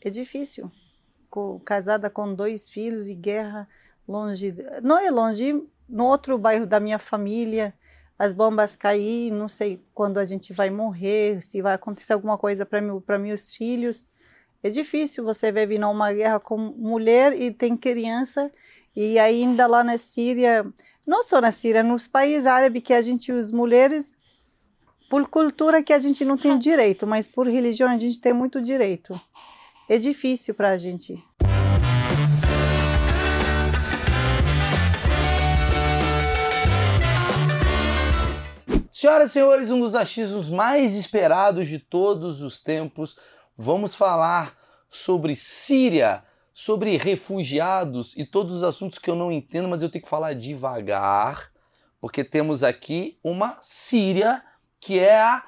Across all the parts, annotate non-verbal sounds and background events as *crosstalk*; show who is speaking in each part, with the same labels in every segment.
Speaker 1: É difícil. Co- casada com dois filhos e guerra longe. Não é longe, no outro bairro da minha família. As bombas cair, não sei quando a gente vai morrer, se vai acontecer alguma coisa para mim, para meus filhos. É difícil você viver numa guerra com mulher e tem criança e ainda lá na Síria, não só na Síria, nos países árabes que a gente as mulheres por cultura que a gente não tem direito, mas por religião a gente tem muito direito. É difícil para a gente.
Speaker 2: Senhoras e senhores, um dos achismos mais esperados de todos os tempos. Vamos falar sobre Síria, sobre refugiados e todos os assuntos que eu não entendo, mas eu tenho que falar devagar, porque temos aqui uma Síria que é a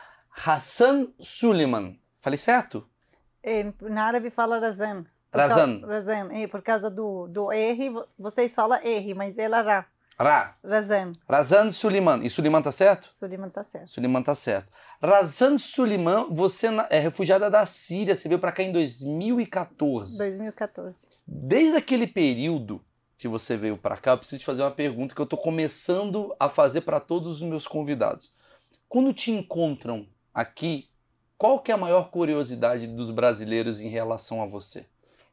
Speaker 2: Hassan Suleiman. Falei certo?
Speaker 1: É, na árabe fala razan. Por
Speaker 2: Razan.
Speaker 1: cau- razan, é, por causa do, do R, vo- vocês falam R, mas ela ra.
Speaker 2: Ra.
Speaker 1: Razan.
Speaker 2: Razan Suleiman. E Suleiman tá certo?
Speaker 1: Suleiman tá certo.
Speaker 2: Suleiman tá certo. Razan Suleiman, você na- é refugiada da Síria, você veio pra cá em 2014.
Speaker 1: 2014.
Speaker 2: Desde aquele período que você veio pra cá, eu preciso te fazer uma pergunta que eu tô começando a fazer pra todos os meus convidados. Quando te encontram aqui, qual que é a maior curiosidade dos brasileiros em relação a você?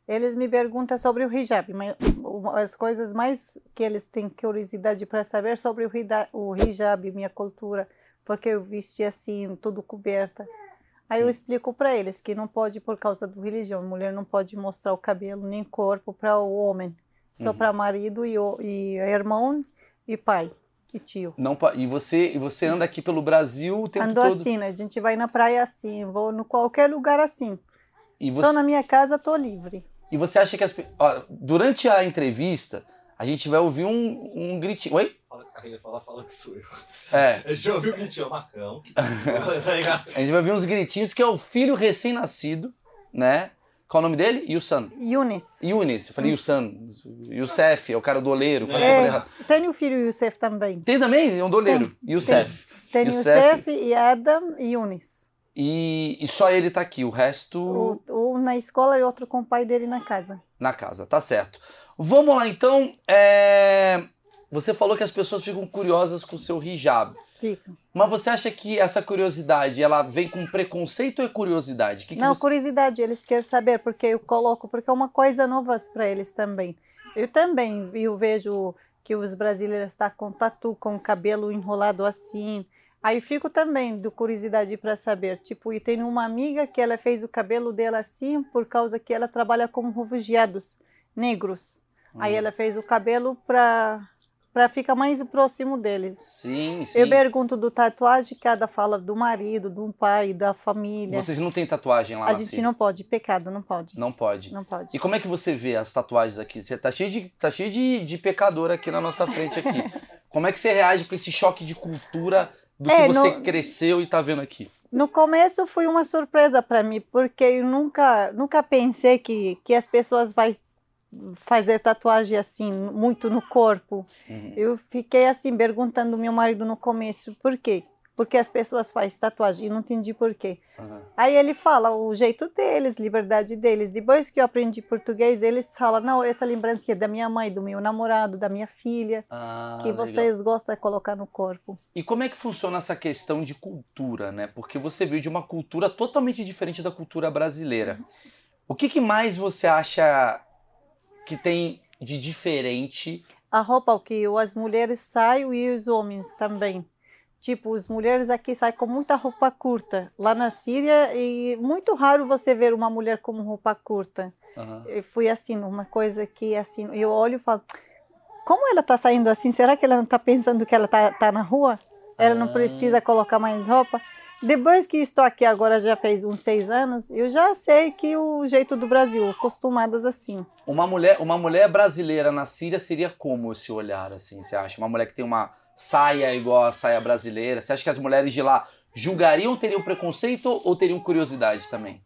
Speaker 1: Eles me perguntam sobre o hijab, mas uma- as coisas mais que eles têm curiosidade para saber é sobre o hida- o hijab, minha cultura, porque eu vesti assim, tudo coberta. Aí eu
Speaker 2: Hum.
Speaker 1: explico para eles que não pode por causa do religião, mulher não pode mostrar o cabelo nem corpo para o homem, só
Speaker 2: Uhum.
Speaker 1: para marido e, o- e irmão e pai e tio.
Speaker 2: Não, pa- e você, e você anda aqui pelo Brasil o tempo
Speaker 1: Ando
Speaker 2: todo
Speaker 1: assim, né? A gente vai na praia assim, vou no qualquer lugar assim.
Speaker 2: e
Speaker 1: Só
Speaker 2: você
Speaker 1: na minha casa tô livre.
Speaker 2: E você acha que as pe- ó, durante a entrevista a gente vai ouvir um, um gritinho? Oi?
Speaker 3: Fala, aí ele fala, fala que sou eu. *laughs*
Speaker 2: É.
Speaker 3: Eu já ouvi o gritinho, é
Speaker 2: *laughs*
Speaker 3: o Marcão. tá ligado?
Speaker 2: A gente vai ouvir uns gritinhos que é o filho recém-nascido, né? Qual o nome dele? Yusan.
Speaker 1: Yunis.
Speaker 2: Yunis. Eu falei Yusan. Youssef, é o cara do oleiro. quase que eu falei
Speaker 1: Hum. É,
Speaker 2: errado.
Speaker 1: tenho o filho Youssef também.
Speaker 2: Tem também? É um doleiro. Youssef.
Speaker 1: Tenho
Speaker 2: Youssef.
Speaker 1: Youssef e Adam e Yunis.
Speaker 2: E, e só ele tá aqui, o resto
Speaker 1: Um na escola e outro com o pai dele na casa.
Speaker 2: na casa, tá certo. Vamos lá então. É, Você falou que as pessoas ficam curiosas com o seu hijab.
Speaker 1: Fica.
Speaker 2: Mas você acha que essa curiosidade, ela vem com preconceito ou é curiosidade? Que que
Speaker 1: Não,
Speaker 2: você...
Speaker 1: curiosidade, eles querem saber porque eu coloco, porque é uma coisa nova para eles também. Eu também eu vejo que os brasileiros estão com tatu, com o cabelo enrolado assim. Aí eu fico também de curiosidade para saber. Tipo, eu tenho uma amiga que ela fez o cabelo dela assim por causa que ela trabalha com refugiados negros. Aí
Speaker 2: Hum.
Speaker 1: ela fez o cabelo para para ficar mais próximo deles.
Speaker 2: Sim, sim.
Speaker 1: Eu pergunto do tatuagem, cada fala do marido, do pai, da família.
Speaker 2: Vocês não têm tatuagem lá
Speaker 1: né? A
Speaker 2: na
Speaker 1: gente
Speaker 2: Síria?
Speaker 1: não pode, pecado não pode.
Speaker 2: assim. Não pode.
Speaker 1: Não
Speaker 2: E
Speaker 1: pode.
Speaker 2: como é que você vê as tatuagens aqui? Você tá cheio de, tá cheio de, de pecador aqui na nossa
Speaker 1: *laughs*
Speaker 2: frente aqui. Como é que você reage com esse choque de cultura do
Speaker 1: É,
Speaker 2: que você
Speaker 1: não-
Speaker 2: cresceu e tá vendo aqui?
Speaker 1: No começo foi uma surpresa para mim, porque eu nunca, nunca pensei que, que as pessoas vão fazer tatuagem assim, muito no corpo.
Speaker 2: Uhum.
Speaker 1: Eu fiquei assim, perguntando ao meu marido no começo, por quê? Porque as pessoas fazem tatuagem e não entendi por quê.
Speaker 2: Aham.
Speaker 1: Aí ele fala o jeito deles, liberdade deles. Depois que eu aprendi português, eles falam, não, essa lembrança é da minha mãe, do meu namorado, da minha filha,
Speaker 2: Ah,
Speaker 1: que
Speaker 2: legal.
Speaker 1: vocês gostam de colocar no corpo.
Speaker 2: E como é que funciona essa questão de cultura, né? Porque você veio de uma cultura totalmente diferente da cultura brasileira.
Speaker 1: Uhum.
Speaker 2: O que, que mais você acha que tem de diferente?
Speaker 1: a roupa que eu- as mulheres saem e os homens também. Tipo, as mulheres aqui saem com muita roupa curta. Lá na Síria, e muito raro você ver uma mulher com roupa curta.
Speaker 2: Aham.
Speaker 1: E foi assim, uma coisa que assim, eu olho e falo, como ela tá saindo assim? Será que ela não tá pensando que ela tá, tá na rua? Ela não
Speaker 2: Ah.
Speaker 1: precisa colocar mais roupa? Depois que estou aqui agora, já fez uns seis anos, eu já sei que o jeito do Brasil, acostumadas assim.
Speaker 2: Uma mulher, uma mulher brasileira na Síria seria como esse olhar, assim, você acha? Uma mulher que tem uma saia igual a saia brasileira. Você acha que as mulheres de lá julgariam, teriam preconceito ou teriam curiosidade também?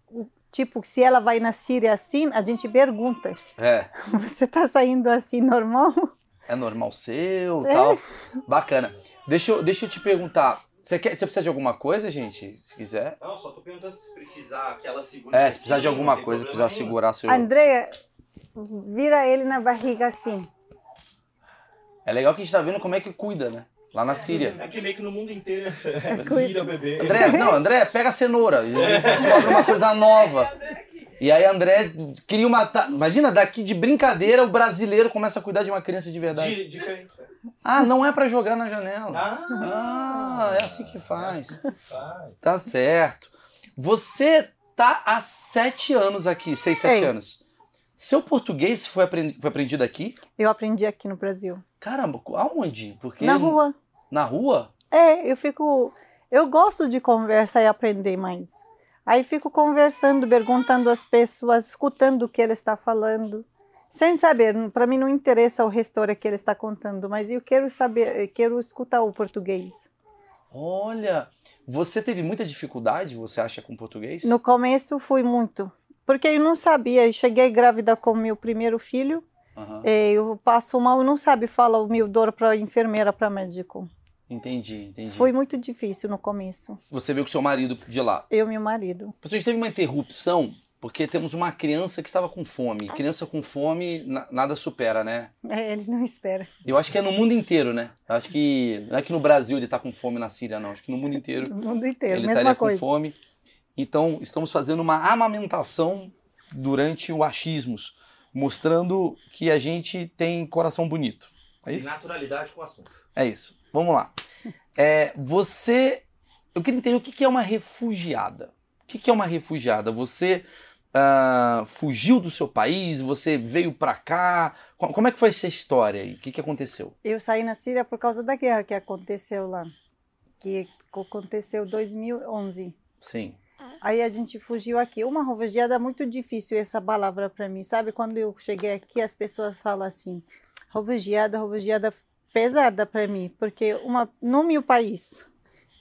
Speaker 1: Tipo, se ela vai na Síria assim, a gente pergunta:
Speaker 2: É,
Speaker 1: você tá saindo assim normal?
Speaker 2: é normal seu, tal. Bacana. Deixa eu, deixa eu te perguntar. Você, quer, você precisa de alguma coisa, gente? Se quiser.
Speaker 3: Não, só tô perguntando se precisar que ela segure.
Speaker 2: É, se precisar de
Speaker 3: aqui, não
Speaker 2: alguma
Speaker 3: tem
Speaker 2: coisa,
Speaker 3: problema
Speaker 2: precisar
Speaker 3: nenhum.
Speaker 2: segurar seu.
Speaker 1: Andréia, vira ele na barriga assim.
Speaker 2: É legal que a gente tá vendo como é que cuida, né? Lá na Síria.
Speaker 3: É que meio que no mundo inteiro é
Speaker 1: coisa.
Speaker 3: vira bebê.
Speaker 2: André, é
Speaker 1: *laughs*
Speaker 2: não, André, pega a cenoura. e a gente Descobre uma coisa nova. E aí, André cria uma. ta- Imagina, daqui de brincadeira, o brasileiro começa a cuidar de uma criança de verdade.
Speaker 3: Di- diferente.
Speaker 2: Ah, não é pra jogar na janela.
Speaker 3: Ah,
Speaker 2: Ah, é assim que faz.
Speaker 3: faz.
Speaker 2: Tá certo. Você tá há sete anos aqui, seis, sete
Speaker 1: Ei.
Speaker 2: anos. Seu português foi, apren- foi aprendido aqui?
Speaker 1: Eu aprendi aqui no Brasil.
Speaker 2: Caramba, aonde? Porque
Speaker 1: Na rua.
Speaker 2: Na rua?
Speaker 1: É, eu fico. Eu gosto de conversa e aprender mais. Aí fico conversando, perguntando às pessoas, escutando o que ele está falando, sem saber. Para mim não interessa o história que ele está contando, mas eu quero saber, eu quero escutar o português.
Speaker 2: Olha, você teve muita dificuldade, você acha, com português?
Speaker 1: No começo fui muito, porque eu não sabia. Eu cheguei grávida com meu primeiro filho,
Speaker 2: Aham,
Speaker 1: eh, eu passo mal, eu não sabe falar o meu dor para enfermeira, para médico.
Speaker 2: Entendi, entendi.
Speaker 1: Foi muito difícil no começo.
Speaker 2: Você veio com seu marido de lá.
Speaker 1: Eu e meu marido. *laughs*
Speaker 2: A gente teve uma interrupção, porque temos uma criança que estava com fome. Criança com fome, na- nada supera, né?
Speaker 1: É, ele não espera.
Speaker 2: Eu acho que é no mundo inteiro, né? Eu acho que. Não é que no Brasil ele tá com fome na Síria, não. Acho que no mundo inteiro.
Speaker 1: O *laughs* mundo inteiro,
Speaker 2: Ele
Speaker 1: É, mesma
Speaker 2: estaria com
Speaker 1: coisa.
Speaker 2: fome. Então, estamos fazendo uma amamentação durante o achismos, mostrando que a gente tem coração bonito. É isso?
Speaker 3: Naturalidade com o assunto.
Speaker 2: É isso. Vamos lá. É, você. Eu queria entender o que que é uma refugiada. O que que é uma refugiada? Você ah, fugiu do seu país? Você veio pra cá? Co- Como é que foi essa história aí? O que, que aconteceu?
Speaker 1: Eu saí na Síria por causa da guerra que aconteceu lá, que aconteceu em 2011.
Speaker 2: Sim.
Speaker 1: Aí a gente fugiu aqui. Uma refugiada é muito difícil essa palavra para mim, sabe? Quando eu cheguei aqui, as pessoas falam assim, refugiada, refugiada pesada para mim, porque uma no meu país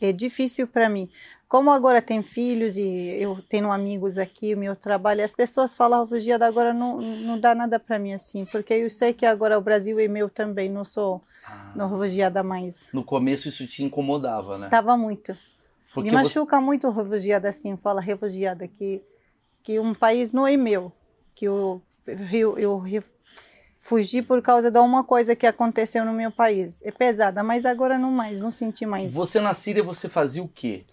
Speaker 1: é difícil para mim. Como agora tem filhos e eu tenho amigos aqui, o meu trabalho, as pessoas falam refugiada agora não, não dá nada para mim assim, porque eu sei que agora o Brasil é meu também, não sou
Speaker 2: Ah,
Speaker 1: não refugiada mais.
Speaker 2: No começo isso te incomodava, né?
Speaker 1: Tava muito.
Speaker 2: Porque
Speaker 1: Me
Speaker 2: você-
Speaker 1: machuca muito refugiada assim, fala refugiada, que, que um país não é meu, que eu, eu, eu re- fugi por causa de uma coisa que aconteceu no meu país. É pesada, mas agora não mais, não senti mais.
Speaker 2: Você na Síria, você fazia o quê?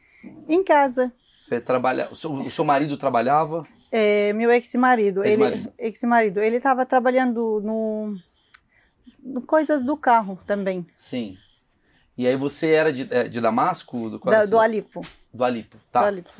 Speaker 1: Em casa,
Speaker 2: Você trabalha... o, seu, o seu marido trabalhava?
Speaker 1: é, meu ex-marido, ele
Speaker 2: Ex-marido.
Speaker 1: ex-marido, ele estava trabalhando no, no coisas do carro também,
Speaker 2: Sim. E aí você era de, é, de Damasco? Do, qual
Speaker 1: da-
Speaker 2: era a
Speaker 1: do
Speaker 2: cidade?
Speaker 1: Alipo.
Speaker 2: do Alipo.
Speaker 1: do
Speaker 2: Tá.
Speaker 1: Alipo.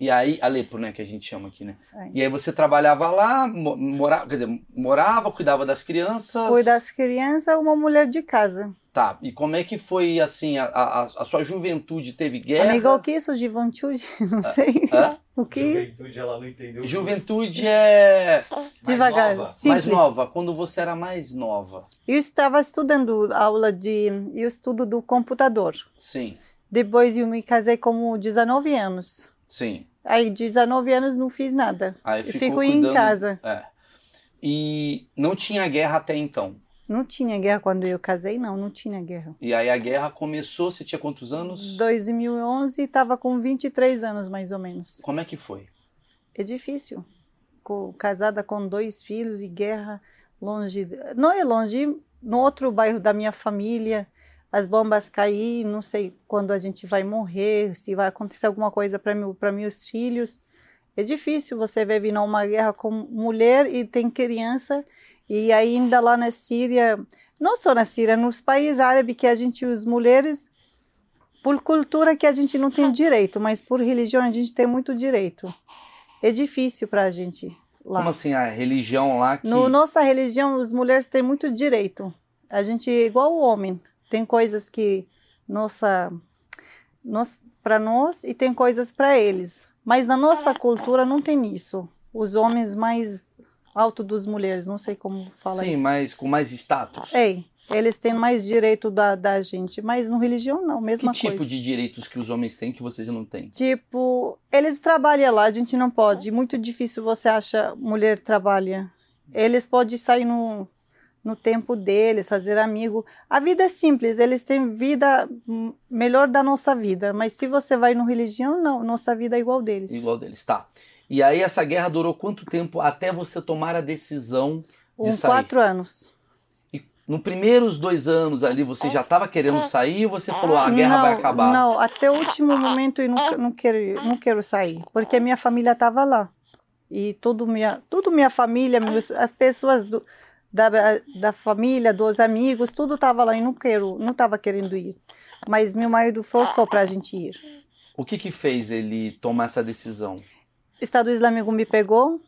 Speaker 2: E aí, Alepo, né, que a gente chama aqui, né?
Speaker 1: É.
Speaker 2: E aí você trabalhava lá, mo- morava, quer dizer, morava, cuidava das crianças.
Speaker 1: Cuida das crianças, uma mulher de casa.
Speaker 2: Tá. E como é que foi, assim, a, a, a sua juventude teve guerra?
Speaker 1: Amigo, o que isso, juventude? *laughs* Não
Speaker 2: É.
Speaker 1: sei.
Speaker 2: Hã?
Speaker 1: O que?
Speaker 3: Juventude, ela não entendeu.
Speaker 2: Juventude é
Speaker 3: Mais
Speaker 1: Devagar,
Speaker 3: nova.
Speaker 2: mais
Speaker 1: simples.
Speaker 2: nova, quando você era mais nova.
Speaker 1: Eu estava estudando aula de eu estudo do computador.
Speaker 2: Sim,
Speaker 1: Depois eu me casei com 19 anos.
Speaker 2: sim.
Speaker 1: Aí 19 anos não fiz nada.
Speaker 2: Aí
Speaker 1: Eu
Speaker 2: ficou
Speaker 1: fico
Speaker 2: cuidando-
Speaker 1: em casa.
Speaker 2: É. E não tinha guerra até então.
Speaker 1: Não tinha guerra quando eu casei, não, não tinha guerra.
Speaker 2: E aí a guerra começou, você tinha quantos anos?
Speaker 1: 2011 estava com 23 anos mais ou menos.
Speaker 2: Como é que foi?
Speaker 1: É difícil. Co- casada com dois filhos e guerra longe, de- não é longe, no outro bairro da minha família, as bombas caí, não sei quando a gente vai morrer, se vai acontecer alguma coisa para mim, para meus filhos. É difícil você viver numa guerra com mulher e tem criança e ainda lá na Síria, não só na Síria, nos países árabes que a gente os mulheres por cultura que a gente não tem direito, mas por religião a gente tem muito direito. É difícil para a gente lá.
Speaker 2: Como assim, a religião lá que...
Speaker 1: No nossa religião, as mulheres têm muito direito. A gente é igual o homem. Tem coisas que nossa, nós para nós e tem coisas para eles. Mas na nossa cultura não tem isso. Os homens mais alto dos mulheres, não sei como falar
Speaker 2: Sim,
Speaker 1: isso.
Speaker 2: mas com mais status.
Speaker 1: Ei, eles têm mais direito da, da gente, mas no religião não,
Speaker 2: Que
Speaker 1: mesma
Speaker 2: tipo
Speaker 1: coisa.
Speaker 2: de direitos que os homens têm que vocês não têm?
Speaker 1: Tipo, eles trabalham lá, a gente não
Speaker 2: Uhum.
Speaker 1: pode. Muito difícil você acha mulher trabalha. Eles podem sair no no tempo deles, fazer amigo. A vida é simples, eles têm vida hum, melhor da nossa vida, mas se você vai no religião, não, nossa vida é igual deles.
Speaker 2: Igual deles, tá. E aí essa guerra durou quanto tempo até você tomar a decisão de
Speaker 1: Um,
Speaker 2: sair?
Speaker 1: quatro anos.
Speaker 2: E no primeiros dois anos ali você já estava querendo sair ou você falou, ah, a guerra
Speaker 1: não,
Speaker 2: vai acabar?
Speaker 1: Não, até o último momento eu não, não, quero, não quero sair, porque a minha família estava lá. E toda minha, tudo minha família, meus- as pessoas do- da, da família, dos amigos, tudo estava lá e não quero, não estava querendo ir. Mas meu marido forçou para a gente ir.
Speaker 2: O que que fez ele tomar essa decisão?
Speaker 1: Estado Islâmico me pegou,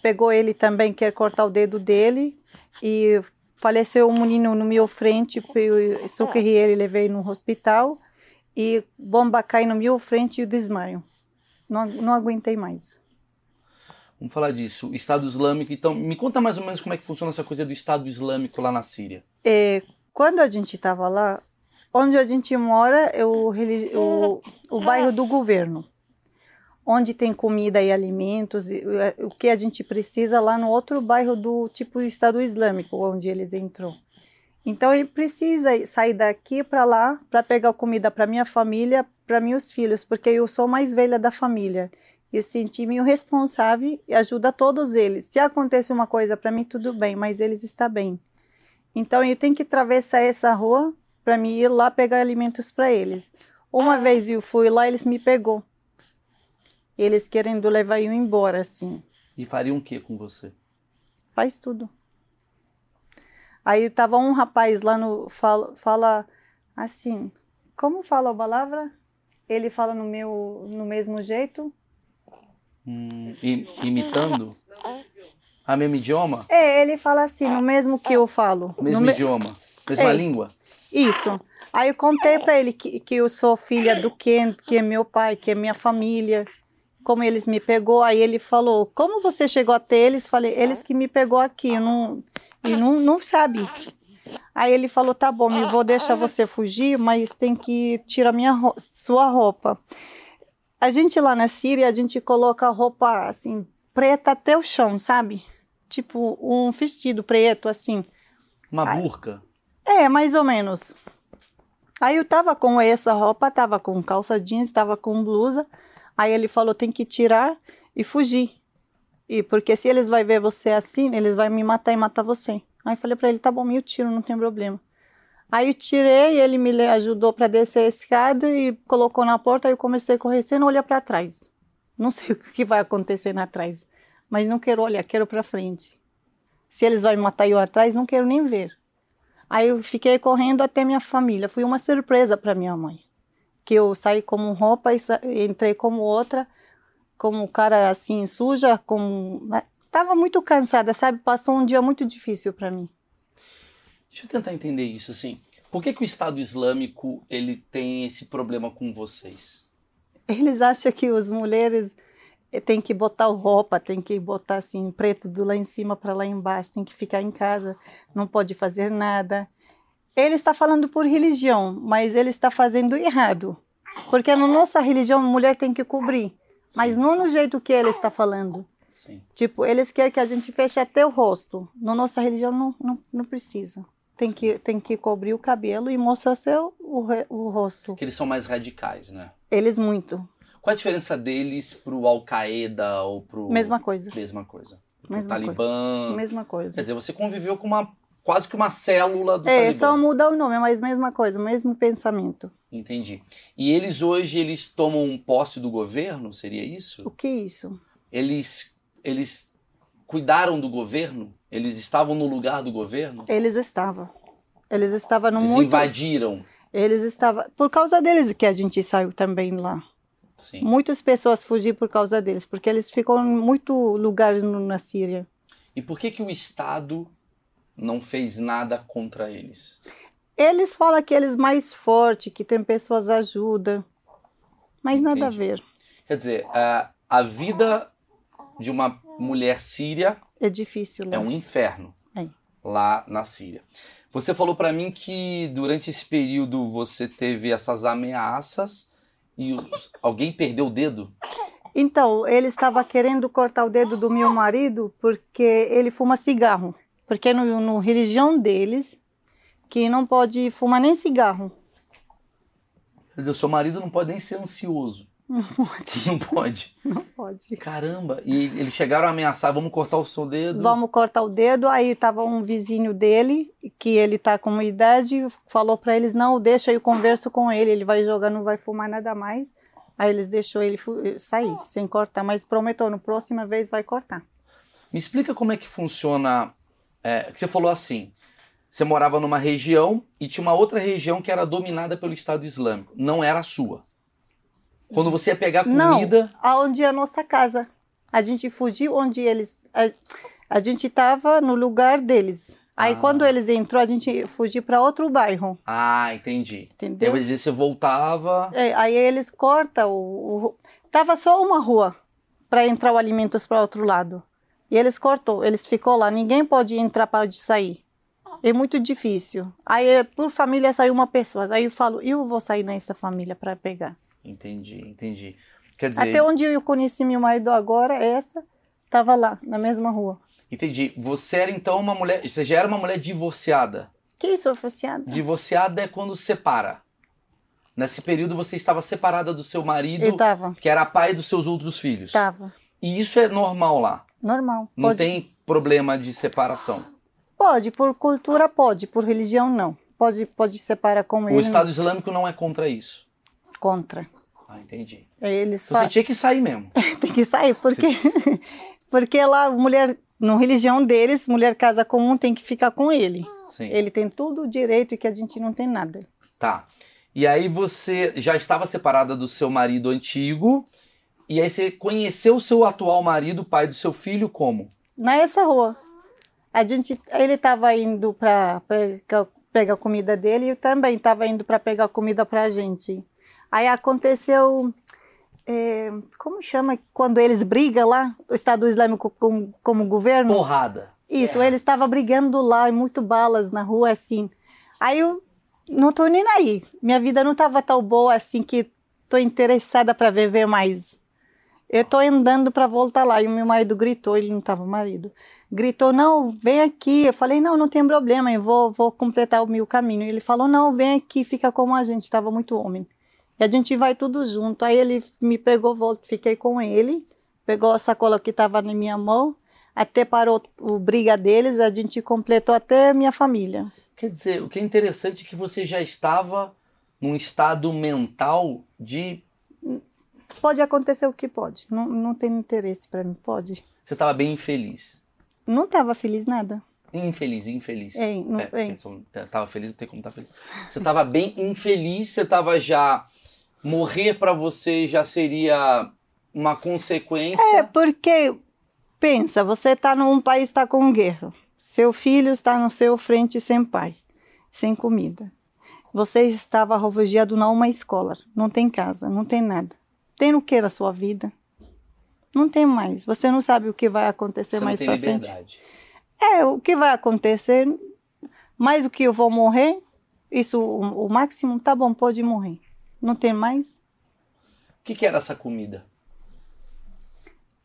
Speaker 1: pegou ele também, quer cortar o dedo dele, e faleceu um menino no meu frente, eu socorri ele, levei no hospital, e bomba cai no meu frente e eu desmaio. Não, não aguentei mais.
Speaker 2: Vamos falar disso. O Estado Islâmico, então, me conta mais ou menos como é que funciona essa coisa do Estado Islâmico lá na Síria.
Speaker 1: É, quando a gente estava lá, onde a gente mora é o, relig- o, o bairro do governo, onde tem comida e alimentos, e, é, o que a gente precisa lá no outro bairro do tipo Estado Islâmico, onde eles entrou. Então ele precisa sair daqui para lá para pegar comida para minha família, para meus filhos, porque eu sou mais velha da família. Eu senti-me o responsável e ajuda todos eles. Se acontece uma coisa para mim, tudo bem, mas eles estão bem. Então eu tenho que atravessar essa rua para me ir lá pegar alimentos para eles. Uma vez eu fui lá, eles me pegou. Eles querendo levar eu embora assim.
Speaker 2: E fariam o que com você?
Speaker 1: Faz tudo. Aí tava um rapaz lá no fala, fala assim, como fala a palavra? Ele fala no meu no mesmo jeito.
Speaker 2: Hum, im- imitando? A mesmo idioma?
Speaker 1: É, ele fala assim, no mesmo que eu falo.
Speaker 2: Mesmo
Speaker 1: no me-
Speaker 2: idioma? Mesma
Speaker 1: Ei.
Speaker 2: língua?
Speaker 1: Isso. Aí eu contei para ele que, que eu sou filha do Ken, que é meu pai, que é minha família, como eles me pegou. Aí ele falou: "Como você chegou até eles?" Falei: "Eles que me pegou aqui, eu não e não não sabe". Aí ele falou: "Tá bom, eu vou deixar você fugir, mas tem que tirar minha ro- sua roupa". A gente lá na Síria, a gente coloca roupa assim preta até o chão, sabe? Tipo um vestido preto assim.
Speaker 2: Uma
Speaker 1: Ai.
Speaker 2: burca?
Speaker 1: É, mais ou menos. Aí eu tava com essa roupa, tava com calça jeans, tava com blusa. Aí ele falou, tem que tirar e fugir. E porque se eles vai ver você assim, eles vai me matar e matar você. Aí eu falei pra ele, tá bom, eu tiro, não tem problema. Aí eu tirei, ele me le- ajudou pra descer a escada e colocou na porta. Aí eu comecei a correr sem olhar pra trás. Não sei *laughs* o que vai acontecer lá atrás, mas não quero olhar, quero pra frente. Se eles vão me matar eu atrás, não quero nem ver. Aí eu fiquei correndo até minha família. Foi uma surpresa para minha mãe. Que eu saí como roupa e sa- e entrei como outra, como cara assim suja, como né? tava muito cansada, sabe? Passou um dia muito difícil para mim. *laughs*
Speaker 2: Deixa eu tentar entender isso, assim. Por que, que o Estado Islâmico ele tem esse problema com vocês?
Speaker 1: Eles acham que as mulheres eh, têm que botar roupa, têm que botar assim preto do lá em cima para lá embaixo, tem que ficar em casa, não pode fazer nada. Ele está falando por religião, mas ele está fazendo errado, porque na nossa religião a mulher tem que cobrir, mas
Speaker 2: Sim,
Speaker 1: não no jeito que ele está falando.
Speaker 2: Sim.
Speaker 1: Tipo, eles querem que a gente feche até o rosto. Na nossa religião não, não, não precisa. Tem que, tem que cobrir o cabelo e mostrar seu, o, re- o rosto.
Speaker 2: Porque eles são mais radicais, né?
Speaker 1: Eles muito.
Speaker 2: Qual a diferença deles pro Al-Qaeda ou pro...
Speaker 1: Mesma coisa.
Speaker 2: Mesma coisa. Pro
Speaker 1: Mesma
Speaker 2: Talibã...
Speaker 1: Mesma coisa.
Speaker 2: Quer dizer, você conviveu com uma... Quase que uma célula do
Speaker 1: É,
Speaker 2: Talibã.
Speaker 1: só muda o nome, mas mesma coisa, mesmo pensamento.
Speaker 2: Entendi. E eles hoje, eles tomam posse do governo? Seria isso?
Speaker 1: O que é isso?
Speaker 2: Eles... Eles cuidaram do governo? Eles estavam no lugar do governo?
Speaker 1: Eles estavam. Eles estavam no
Speaker 2: Eles
Speaker 1: muito.
Speaker 2: invadiram.
Speaker 1: Eles estavam. Por causa deles que a gente saiu também lá.
Speaker 2: Sim.
Speaker 1: Muitas pessoas fugiram por causa deles, porque eles ficam em muito lugares no- na Síria.
Speaker 2: E por que que o Estado não fez nada contra eles?
Speaker 1: Eles falam que eles mais forte, que tem pessoas ajuda, mas nada a
Speaker 2: Entendi.
Speaker 1: ver.
Speaker 2: Quer dizer, a, a vida de uma mulher síria
Speaker 1: É difícil lá.
Speaker 2: é um inferno
Speaker 1: É.
Speaker 2: lá na Síria. Você falou pra mim que durante esse período você teve essas ameaças e os- alguém perdeu o dedo?
Speaker 1: Então, ele estava querendo cortar o dedo do meu marido porque ele fuma cigarro. Porque no, no religião deles, que não pode fumar nem cigarro.
Speaker 2: Quer dizer, o seu marido não pode nem ser ansioso.
Speaker 1: Não pode,
Speaker 2: Não pode.
Speaker 1: não pode.
Speaker 2: Caramba. E eles chegaram a ameaçar, vamos cortar o seu dedo.
Speaker 1: Vamos cortar o dedo. Aí tava um vizinho dele, que ele tá com uma idade, falou para eles: não, deixa eu converso com ele, ele vai jogar, não vai fumar nada mais. Aí eles deixou ele fu- sair sem cortar, mas prometeu, no próxima vez vai cortar.
Speaker 2: Me explica como é que funciona. é, que você falou assim: você morava numa região e tinha uma outra região que era dominada pelo Estado Islâmico. Não era a sua. Quando você ia pegar
Speaker 1: Não.
Speaker 2: comida.
Speaker 1: Aonde é a nossa casa? A gente fugiu onde eles. A, a gente tava no lugar deles. Aí
Speaker 2: Ah.
Speaker 1: quando eles entrou, a gente fugiu para outro bairro,
Speaker 2: Ah, entendi.
Speaker 1: entendeu?
Speaker 2: Deve dizer, você voltava.
Speaker 1: É, aí eles cortam o, o- Tava só uma rua para entrar o alimentos para outro lado. E eles cortou, eles ficou lá. Ninguém pode entrar, pode sair. É muito difícil. Aí é, por família saiu uma pessoa. Aí eu falo, eu vou sair nessa família para pegar.
Speaker 2: Entendi, entendi. Quer dizer,
Speaker 1: Até onde eu conheci meu marido agora, essa tava lá na mesma rua.
Speaker 2: entendi. Você era então uma mulher. Você já era uma mulher divorciada.
Speaker 1: Que isso, assim, oficiada?
Speaker 2: Divorciada é quando separa. Nesse período você estava separada do seu marido,
Speaker 1: Eu Tá. tava,
Speaker 2: que era pai dos seus outros filhos.
Speaker 1: tava.
Speaker 2: E isso é normal lá.
Speaker 1: Normal.
Speaker 2: Não
Speaker 1: pode,
Speaker 2: tem problema de separação.
Speaker 1: pode, por cultura pode, por religião não. Pode, pode separar como
Speaker 2: O
Speaker 1: ele
Speaker 2: Estado Islâmico não é contra isso.
Speaker 1: contra.
Speaker 2: Ah, entendi.
Speaker 1: Eles
Speaker 2: Então
Speaker 1: fa-
Speaker 2: você tinha que sair mesmo.
Speaker 1: Tem que sair, porque, *laughs* porque lá, mulher, na religião deles, mulher casa com um tem que ficar com ele.
Speaker 2: Sim.
Speaker 1: É. Ele tem tudo o direito e que a gente não tem nada.
Speaker 2: Tá. E aí você já estava separada do seu marido antigo. E aí você conheceu o seu atual marido, pai do seu filho, como?
Speaker 1: Nessa rua, a gente, ele estava indo para pegar, pegar a comida dele e eu também estava indo para pegar comida para a gente. Aí aconteceu, eh, como chama quando eles brigam lá, o Estado Islâmico com, como governo?
Speaker 2: Porrada.
Speaker 1: Isso, ele estava brigando lá, e muito balas na rua, assim. Aí eu não tô nem aí. Minha vida não estava tão boa assim que tô interessada para viver mais. Eu tô andando para voltar lá e o meu marido gritou, ele não estava marido. Gritou: "Não, vem aqui". Eu falei: "Não, não tem problema, eu vou vou completar o meu caminho". Ele falou: "Não, vem aqui, fica como a gente, estava muito homem". E a gente vai tudo junto. Aí ele me pegou, volta, fiquei com ele. Pegou a sacola que estava na minha mão, até parou o briga deles, a gente completou até a minha família.
Speaker 2: Quer dizer, o que é interessante é que você já estava num estado mental de.
Speaker 1: Pode acontecer o que pode. Não, não tem interesse para mim, pode.
Speaker 2: Você estava bem infeliz.
Speaker 1: Não estava feliz nada.
Speaker 2: Infeliz, infeliz.
Speaker 1: É, não,
Speaker 2: É,
Speaker 1: é.
Speaker 2: porque são- tava feliz, não tem como estar feliz. Você tava bem infeliz, você tava já. Morrer pra você já seria uma consequência.
Speaker 1: É porque pensa, você está num país está com guerra, seu filho está no seu frente sem pai, sem comida. Você estava refugiado numa escola, não tem casa, não tem nada. Tem o que na sua vida? Não tem mais. Você não sabe o que vai acontecer
Speaker 2: você não
Speaker 1: mais
Speaker 2: tem
Speaker 1: para frente.
Speaker 2: liberdade.
Speaker 1: É, o que vai acontecer, mais o que eu vou morrer, isso, o, o máximo, tá bom, pode morrer. Não tem mais?
Speaker 2: O que, que era essa comida?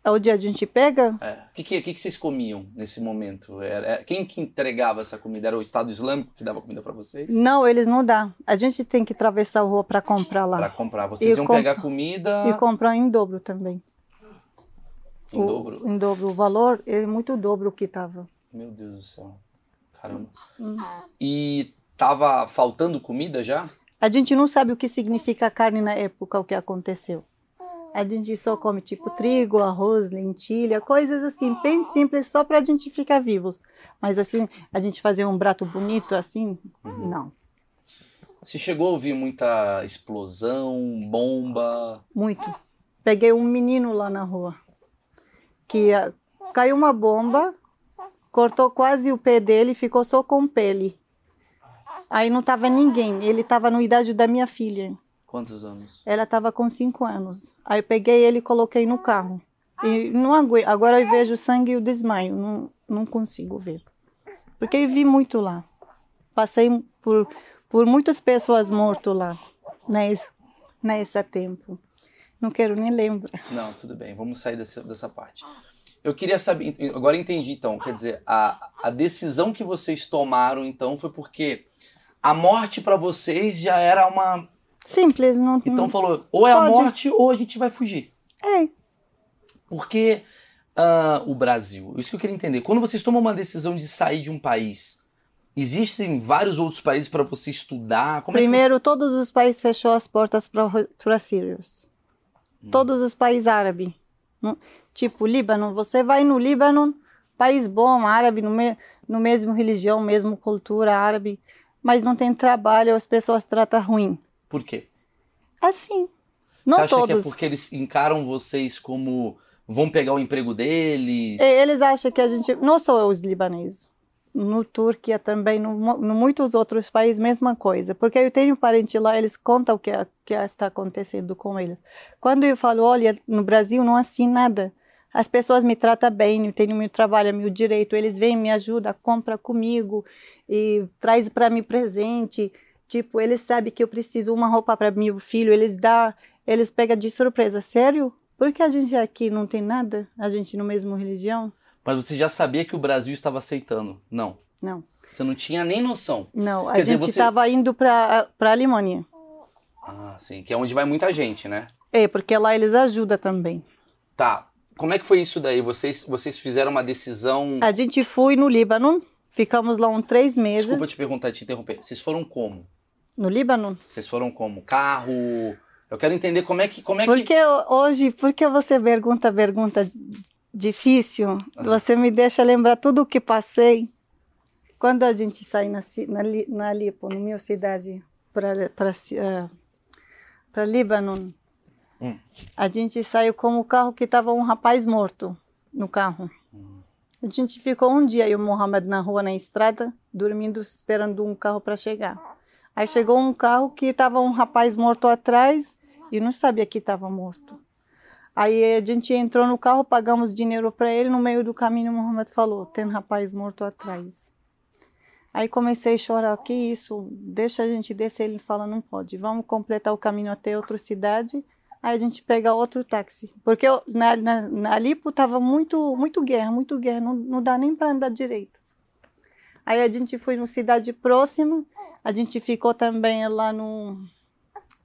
Speaker 1: É o dia a gente pega?
Speaker 2: É, O que, que, o que que vocês comiam nesse momento? Era, era- quem que entregava essa comida? Era o Estado Islâmico que dava comida pra vocês?
Speaker 1: Não, eles não dá. A gente tem que atravessar a rua para comprar
Speaker 2: Pra
Speaker 1: lá.
Speaker 2: comprar. Vocês
Speaker 1: E
Speaker 2: iam
Speaker 1: com-
Speaker 2: pegar comida
Speaker 1: E comprar em dobro também.
Speaker 2: em dobro.
Speaker 1: O, em dobro. O valor é muito dobro o que tava.
Speaker 2: Meu Deus do céu. Caramba.
Speaker 1: Hum.
Speaker 2: E tava faltando comida já?
Speaker 1: A gente não sabe o que significa carne na época, o que aconteceu. A gente só come tipo trigo, arroz, lentilha, coisas assim, bem simples, só para a gente ficar vivos. Mas assim, a gente fazer um prato bonito assim, não.
Speaker 2: Você chegou a ouvir muita explosão, bomba?
Speaker 1: Muito. Peguei um menino lá na rua que ah, caiu uma bomba, cortou quase o pé dele, ficou só com pele. Aí não tava ninguém, ele tava na idade da minha filha.
Speaker 2: Quantos anos?
Speaker 1: Ela estava com cinco anos. Aí eu peguei ele e coloquei no carro. E não aguento. Agora eu vejo sangue e eu desmaio. Não, não consigo ver. Porque eu vi muito lá. Passei por, por muitas pessoas mortas lá. Nesse, nesse tempo. Não quero nem lembrar.
Speaker 2: Não, tudo bem, vamos sair dessa, dessa parte. Eu queria saber. ent- Agora entendi, então. Quer dizer, a, a decisão que vocês tomaram, então, foi porque a morte pra vocês já era uma.
Speaker 1: Simples, não.
Speaker 2: Então falou, ou é a
Speaker 1: Hum. Pode.
Speaker 2: morte ou a gente vai fugir.
Speaker 1: É.
Speaker 2: Porque ah, o Brasil, isso que eu queria entender. Quando vocês tomam uma decisão de sair de um país, existem vários outros países pra você estudar? Como é
Speaker 1: Primeiro, todos os países fechou as portas para sírios.
Speaker 2: Hum.
Speaker 1: Todos os países árabes. Não- Tipo, Líbano. Você vai no Líbano, país bom, árabe, no, me, no mesmo religião, mesmo cultura árabe, mas não tem trabalho, as pessoas tratam ruim.
Speaker 2: é que, por quê?
Speaker 1: Assim. Não
Speaker 2: você acha que é
Speaker 1: todos.
Speaker 2: porque eles encaram vocês como vão pegar o emprego deles?
Speaker 1: E- É, Eles acham que a gente. Não só os libaneses. No Turquia também, no, mu- no muitos outros países, mesma coisa. Porque eu tenho um parente lá, eles contam o que, a- que está acontecendo com eles. Quando eu falo, olha, no Brasil não é assim nada. As pessoas me tratam bem, eu tenho meu trabalho, meu direito. Eles vêm, me ajudam, compram comigo e traz para mim presente. Tipo, eles sabem que eu preciso uma roupa para meu filho, eles dão, eles pegam de surpresa. Sério? Por que a gente aqui não tem nada? A gente no mesmo religião?
Speaker 2: Mas você já sabia que o Brasil estava aceitando? Não.
Speaker 1: Não.
Speaker 2: Você não tinha nem noção.
Speaker 1: Não, a
Speaker 2: Quer dizer,
Speaker 1: gente
Speaker 2: você-
Speaker 1: estava indo para a Alemanha.
Speaker 2: Ah, sim. Que é onde vai muita gente, né?
Speaker 1: É, porque lá eles ajudam também.
Speaker 2: Tá. Como é que foi isso daí? Vocês, vocês fizeram uma decisão.
Speaker 1: A gente foi no Líbano, ficamos lá uns três meses.
Speaker 2: Desculpa te perguntar, te interromper. Vocês foram como?
Speaker 1: No Líbano?
Speaker 2: Vocês foram como? Carro? Eu quero entender como é que. Como é
Speaker 1: Por
Speaker 2: que...
Speaker 1: que eu- hoje, por que você pergunta pergunta d- difícil?
Speaker 2: Ah.
Speaker 1: Você me deixa lembrar tudo o que passei. Quando a gente sai na, ci- na, Li- na Lipo, na minha cidade, para ah, Líbano,
Speaker 2: Hum.
Speaker 1: a gente saiu com o carro que estava um rapaz morto no carro.
Speaker 2: Hum.
Speaker 1: A gente ficou um dia, eu e o Mohamed, na rua, na estrada, dormindo, esperando um carro para chegar. Aí chegou um carro que estava um rapaz morto atrás e não sabia que estava morto. Aí a gente entrou no carro, pagamos dinheiro para ele. No meio do caminho, o Mohamed falou: tem rapaz morto atrás. Aí comecei a chorar: que isso? Deixa a gente descer. Ele fala: não pode, vamos completar o caminho até outra cidade. Aí a gente pega outro táxi. Porque eu- na, na, na Alipo tava muito, muito guerra, muito guerra, não, não dá nem para andar direito. Aí a gente foi numa cidade próxima, a gente ficou também lá no.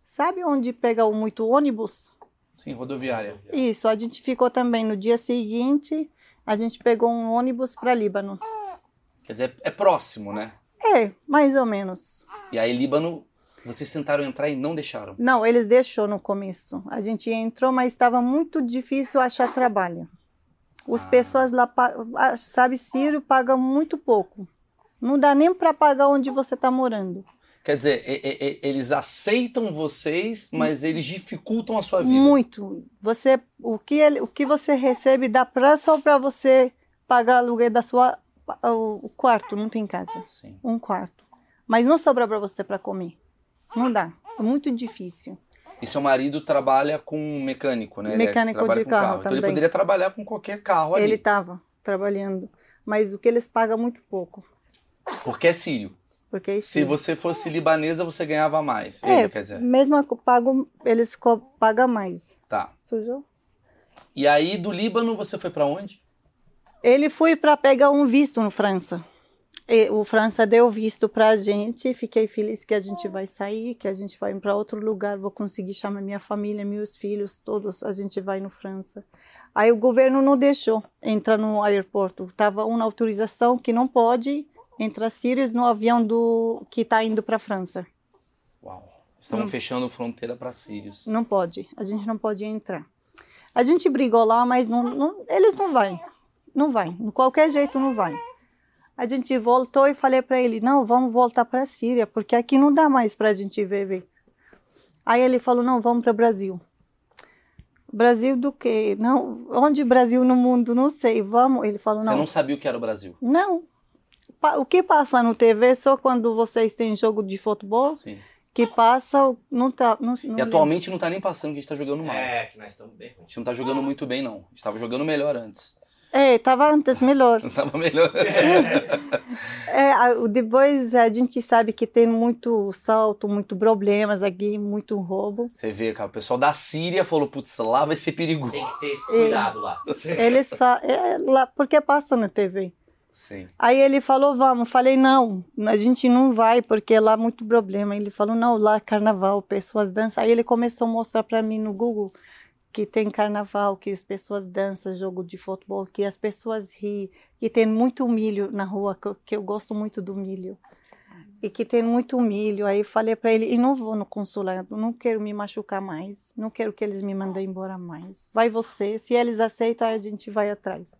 Speaker 1: Sabe onde pega o muito ônibus?
Speaker 2: Sim, rodoviária.
Speaker 3: É,
Speaker 1: Isso, a gente ficou também no dia seguinte, a gente pegou um ônibus para Líbano.
Speaker 2: Quer dizer, é próximo, né?
Speaker 1: É, mais ou menos.
Speaker 2: E aí, Líbano, vocês tentaram entrar e não deixaram.
Speaker 1: Não, eles deixou no começo. A gente entrou, mas estava muito difícil achar trabalho. Os
Speaker 2: Ah.
Speaker 1: pessoas lá, pa- ah, sabe, Sírio, pagam muito pouco. Não dá nem para pagar onde você está morando.
Speaker 2: Quer dizer, e- e- e- eles aceitam vocês, mas eles dificultam a sua vida.
Speaker 1: Muito. Você, o que ele, o que você recebe dá pra, só para você pagar aluguel da sua o o quarto, não tem casa.
Speaker 2: Sim.
Speaker 1: um quarto. Mas não sobra para você para comer. Não dá. É muito difícil.
Speaker 2: E seu marido trabalha com mecânico, né? Ele é-
Speaker 1: Mecânico
Speaker 2: trabalha
Speaker 1: de
Speaker 2: com
Speaker 1: carro
Speaker 2: Então ele
Speaker 1: também.
Speaker 2: poderia trabalhar com qualquer carro
Speaker 1: Ele
Speaker 2: ali.
Speaker 1: estava trabalhando, mas o que eles pagam é muito pouco. tá-
Speaker 2: Porque é sírio.
Speaker 1: Porque é
Speaker 2: Se
Speaker 1: isso.
Speaker 2: você fosse libanesa, você ganhava mais.
Speaker 1: É.
Speaker 2: Ele, quer dizer.
Speaker 1: Mesmo co- pago, eles co- pagam mais.
Speaker 2: Tá.
Speaker 1: Sujou?
Speaker 2: E aí, do Líbano, você foi pra onde?
Speaker 1: Ele foi para pegar um visto no França. E o França deu visto para a gente. Fiquei feliz que a gente vai sair, que a gente vai para outro lugar. Vou conseguir chamar minha família, meus filhos, todos. A gente vai no França. Aí o governo não deixou entrar no aeroporto. Tava uma autorização que não pode entrar sírios no avião do que está indo para a França.
Speaker 2: Uau. Estavam
Speaker 1: Hum.
Speaker 2: fechando fronteira pra sírios.
Speaker 1: Não pode. A gente não pode entrar. A gente brigou lá, mas não, não- eles não vão. Não vai. De qualquer jeito não vai. A gente voltou e falei para ele: não, vamos voltar para a Síria, porque aqui não dá mais para a gente viver. Aí ele falou: não, vamos para o Brasil. Brasil do quê? Não, onde Brasil no mundo? Não sei. Vamos. Ele falou:
Speaker 2: Você não sabia o que era o Brasil.
Speaker 1: não. Pa- O que passa no TV só quando vocês têm jogo de futebol?
Speaker 2: Sim.
Speaker 1: Que passa, não tá. Não, não
Speaker 2: E atualmente não tá nem passando, que a gente tá jogando mal. A
Speaker 3: É, que nós estamos bem.
Speaker 2: gente não tá jogando muito bem, *laughs* não. A gente tava jogando melhor antes.
Speaker 1: É, tava antes melhor.
Speaker 2: Não tava melhor.
Speaker 1: É, a- o- depois a gente sabe que tem muito salto, muito problemas aqui, muito roubo.
Speaker 2: Você vê, cara, o pessoal da Síria falou, putz, lá vai ser perigoso.
Speaker 3: Tem que ter esse cuidado lá.
Speaker 1: Ele só. É, lá, porque passa na TV.
Speaker 2: Sim.
Speaker 1: Aí ele falou, vamos. Falei, não, a gente não vai, porque lá é muito problema. Ele falou, não, lá é carnaval, pessoas dançam. Aí ele começou a mostrar para mim no Google que tem carnaval, que as pessoas dançam, jogo de futebol, que as pessoas riem, que tem muito milho na rua, que eu, que eu gosto muito do milho. E que tem muito milho. Aí eu falei para ele, e não vou no consulado, não quero me machucar mais, não quero que eles me mandem embora mais. Vai você, se eles aceitam, a gente vai atrás.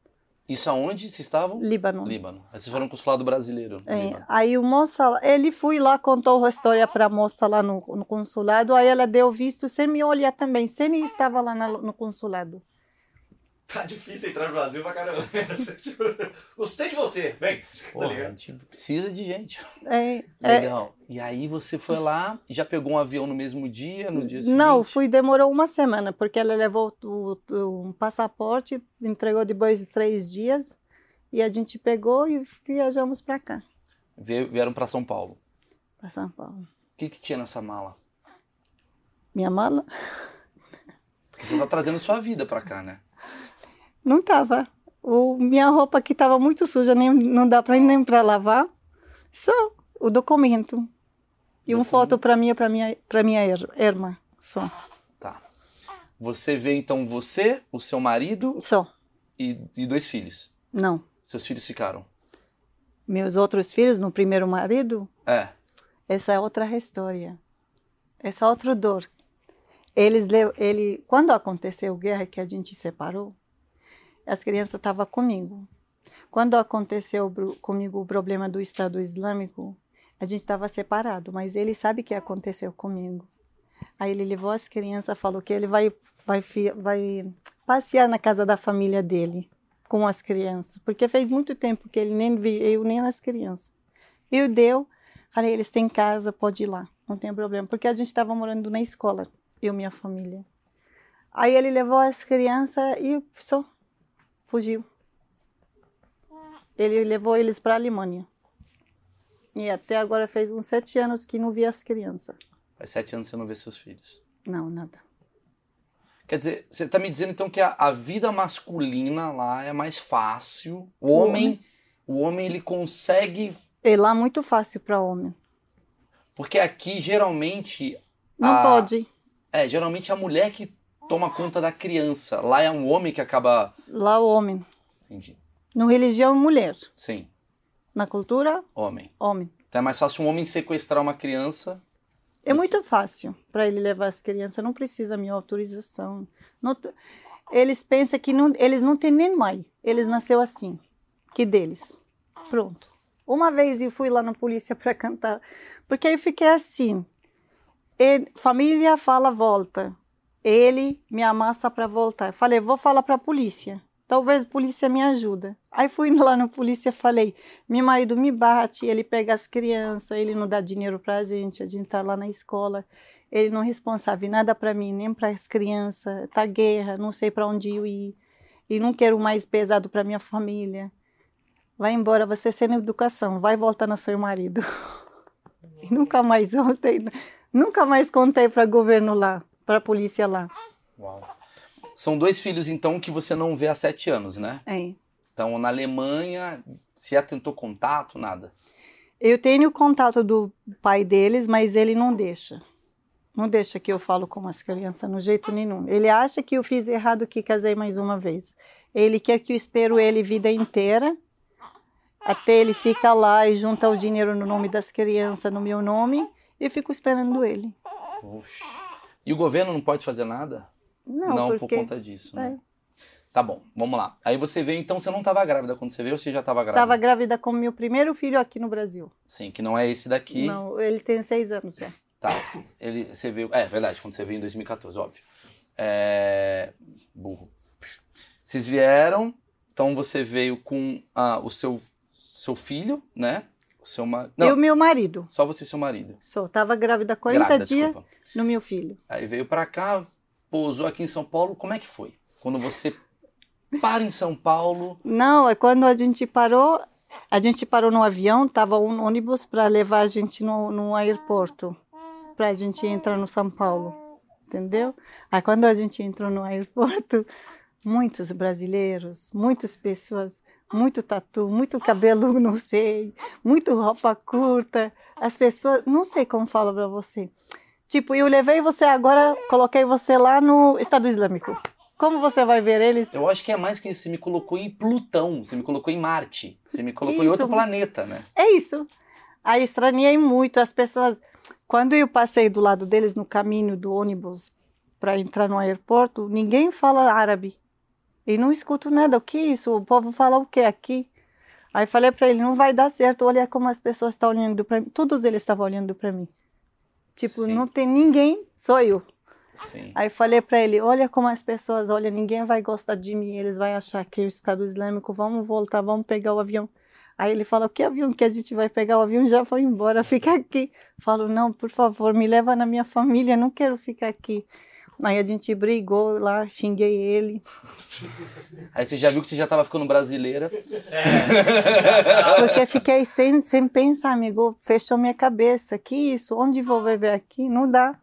Speaker 2: Isso aonde vocês estavam?
Speaker 1: Líbano.
Speaker 2: Líbano. Aí vocês foram no consulado brasileiro. no
Speaker 1: É,
Speaker 2: Líbano.
Speaker 1: aí o moça, ele foi lá, contou a história para a moça lá no, no consulado, aí ela deu visto sem me olhar também, sem eu estava lá na- no consulado.
Speaker 3: Tá difícil entrar no Brasil pra caramba. *laughs* Tipo, Gostei de você. Vem. Tá
Speaker 2: Porra, a
Speaker 3: ligado?
Speaker 2: gente precisa de gente.
Speaker 1: É, é,
Speaker 2: Legal. E aí você foi lá, já pegou um avião no mesmo dia, no dia seguinte?
Speaker 1: não, fui, demorou uma semana, porque ela levou o, o- um passaporte, entregou depois de três dias, e a gente pegou e viajamos para cá,
Speaker 2: Vie- Vieram pra São Paulo.
Speaker 1: para São Paulo.
Speaker 2: O que que tinha nessa mala?
Speaker 1: Minha mala
Speaker 2: Porque você tá trazendo sua vida pra cá, né?
Speaker 1: não estava. Minha roupa que estava muito suja, nem, não dá para nem para lavar, só o documento. E uma
Speaker 2: Documento.
Speaker 1: foto para mim e para minha, para minha ir- irmã. Só.
Speaker 2: Tá. Você vê então você, o seu marido
Speaker 1: Só.
Speaker 2: e, e dois filhos.
Speaker 1: Não.
Speaker 2: Seus filhos ficaram.
Speaker 1: Meus outros filhos, no primeiro marido,
Speaker 2: É.
Speaker 1: essa é outra história. Essa é outra dor. Eles, le- ele, quando aconteceu a guerra que a gente separou, as crianças estavam comigo. Quando aconteceu bru- comigo o problema do Estado Islâmico, a gente estava separado, mas ele sabe que aconteceu comigo. Aí ele levou as crianças, falou que ele vai vai fi- vai passear na casa da família dele com as crianças, porque fez muito tempo que ele nem viu eu nem as crianças. Eu deu, falei eles têm casa, pode ir lá, não tem problema, porque a gente estava morando na escola, eu e minha família. Aí ele levou as crianças e só fugiu. Ele levou eles para a Alemanha. E até agora fez uns sete anos que não vi as crianças.
Speaker 2: Faz sete anos que você não vê seus filhos.
Speaker 1: Não, nada.
Speaker 2: Quer dizer, você tá me dizendo então que a, a vida masculina lá é mais fácil. O homem, o homem ele consegue,
Speaker 1: E lá é muito fácil para homem.
Speaker 2: porque aqui geralmente
Speaker 1: Não
Speaker 2: Ah.
Speaker 1: pode.
Speaker 2: é geralmente a mulher que toma conta da criança. Lá é um homem que acaba,
Speaker 1: Lá o homem.
Speaker 2: entendi.
Speaker 1: No religião, mulher.
Speaker 2: Sim,
Speaker 1: Na cultura,
Speaker 2: homem.
Speaker 1: homem.
Speaker 2: Então é mais fácil um homem sequestrar uma criança.
Speaker 1: É muito fácil para ele levar as crianças. Não precisa minha autorização. Não t- eles pensam que não, eles não têm nem mãe. Eles nasceu assim. Que deles. Pronto. Uma vez eu fui lá na polícia *laughs* para cantar. Porque aí fiquei assim. E- família fala volta. Ele me amassa para voltar. Eu Falei, vou falar para a polícia. Talvez a polícia me ajuda. Aí fui *laughs* lá na polícia e falei, meu marido me bate, ele pega as crianças, ele não dá dinheiro para a gente, a gente tá lá na escola, ele não é responsável em nada para mim, nem para as crianças, tá guerra, não sei para onde eu ir, e não quero mais pesado para minha família. Vai embora, você sem educação, vai voltar no seu marido. *laughs* e nunca mais voltei, nunca mais contei para governo lá, para polícia lá.
Speaker 2: Uau. São dois filhos então que você não vê há sete anos, né?
Speaker 1: É.
Speaker 2: Então na Alemanha se já tentou contato, nada.
Speaker 1: Eu tenho o contato do pai deles, mas ele não deixa. Não deixa que eu falo com as crianças no jeito nenhum. Ele acha que eu fiz errado que casei mais uma vez. Ele quer que eu espero ele vida inteira. Até ele fica lá e junta o dinheiro no nome das crianças, no meu nome, e eu fico esperando ele.
Speaker 2: Oxe. E o governo não pode fazer nada?
Speaker 1: Não, porque é.
Speaker 2: por conta disso, né? Tá bom, vamos lá. Aí você veio, então você não estava grávida quando você veio ou você já estava grávida?
Speaker 1: estava grávida com meu primeiro filho aqui no Brasil.
Speaker 2: Sim, que não é esse daqui.
Speaker 1: Não, ele tem seis anos já.
Speaker 2: Tá. Ele, você veio. É verdade, quando você veio em 2014, óbvio. É. Burro. Vocês vieram, então você veio com ah, o seu, seu filho, né? O seu marido. Não,
Speaker 1: E o meu marido.
Speaker 2: só você e seu marido.
Speaker 1: Só estava grávida 40
Speaker 2: grávida,
Speaker 1: dias
Speaker 2: desculpa.
Speaker 1: no meu filho.
Speaker 2: Aí veio pra cá, pousou aqui em São Paulo. Como é que foi? Quando você para em São Paulo.
Speaker 1: Não, é quando a gente parou, A gente parou no avião, tava um ônibus para levar a gente no, no aeroporto, para a gente entrar no São Paulo, entendeu? Aí quando a gente entrou no aeroporto, muitos brasileiros, muitas pessoas, muito tatu, muito cabelo, *laughs* não sei, muito roupa curta. As pessoas, não sei como falo para você. Tipo, eu levei você agora, coloquei você lá no Estado Islâmico. Como você vai ver eles?
Speaker 2: Eu acho que é mais que isso. Você me colocou em Plutão, você me colocou em Marte, você me colocou em
Speaker 1: Isso.
Speaker 2: outro planeta, né?
Speaker 1: É isso. Aí estranhei muito as pessoas. Quando eu passei do lado deles no caminho do ônibus para entrar no aeroporto, ninguém fala árabe. E não escuto nada. O que é isso? O povo fala o que aqui? Aí falei para ele, não vai dar certo. Olha como as pessoas estão olhando para mim. Todos eles estavam olhando para mim. Tipo,
Speaker 2: Sim.
Speaker 1: não tem ninguém, sou eu.
Speaker 2: Sim.
Speaker 1: Aí falei para ele, olha como as pessoas, olha, ninguém vai gostar de mim, eles vão achar que é o Estado Islâmico, vamos voltar, vamos pegar o avião. Aí ele fala, que avião que a gente vai pegar? O avião já foi embora, *laughs* fica aqui. Falo, não, por favor, me leva na minha família, não quero ficar aqui. Aí a gente brigou lá, xinguei ele,
Speaker 2: Aí você já viu que você já tava ficando brasileira.
Speaker 1: porque fiquei sem, sem pensar, amigo, fechou minha cabeça, que isso, onde vou viver aqui? Não dá.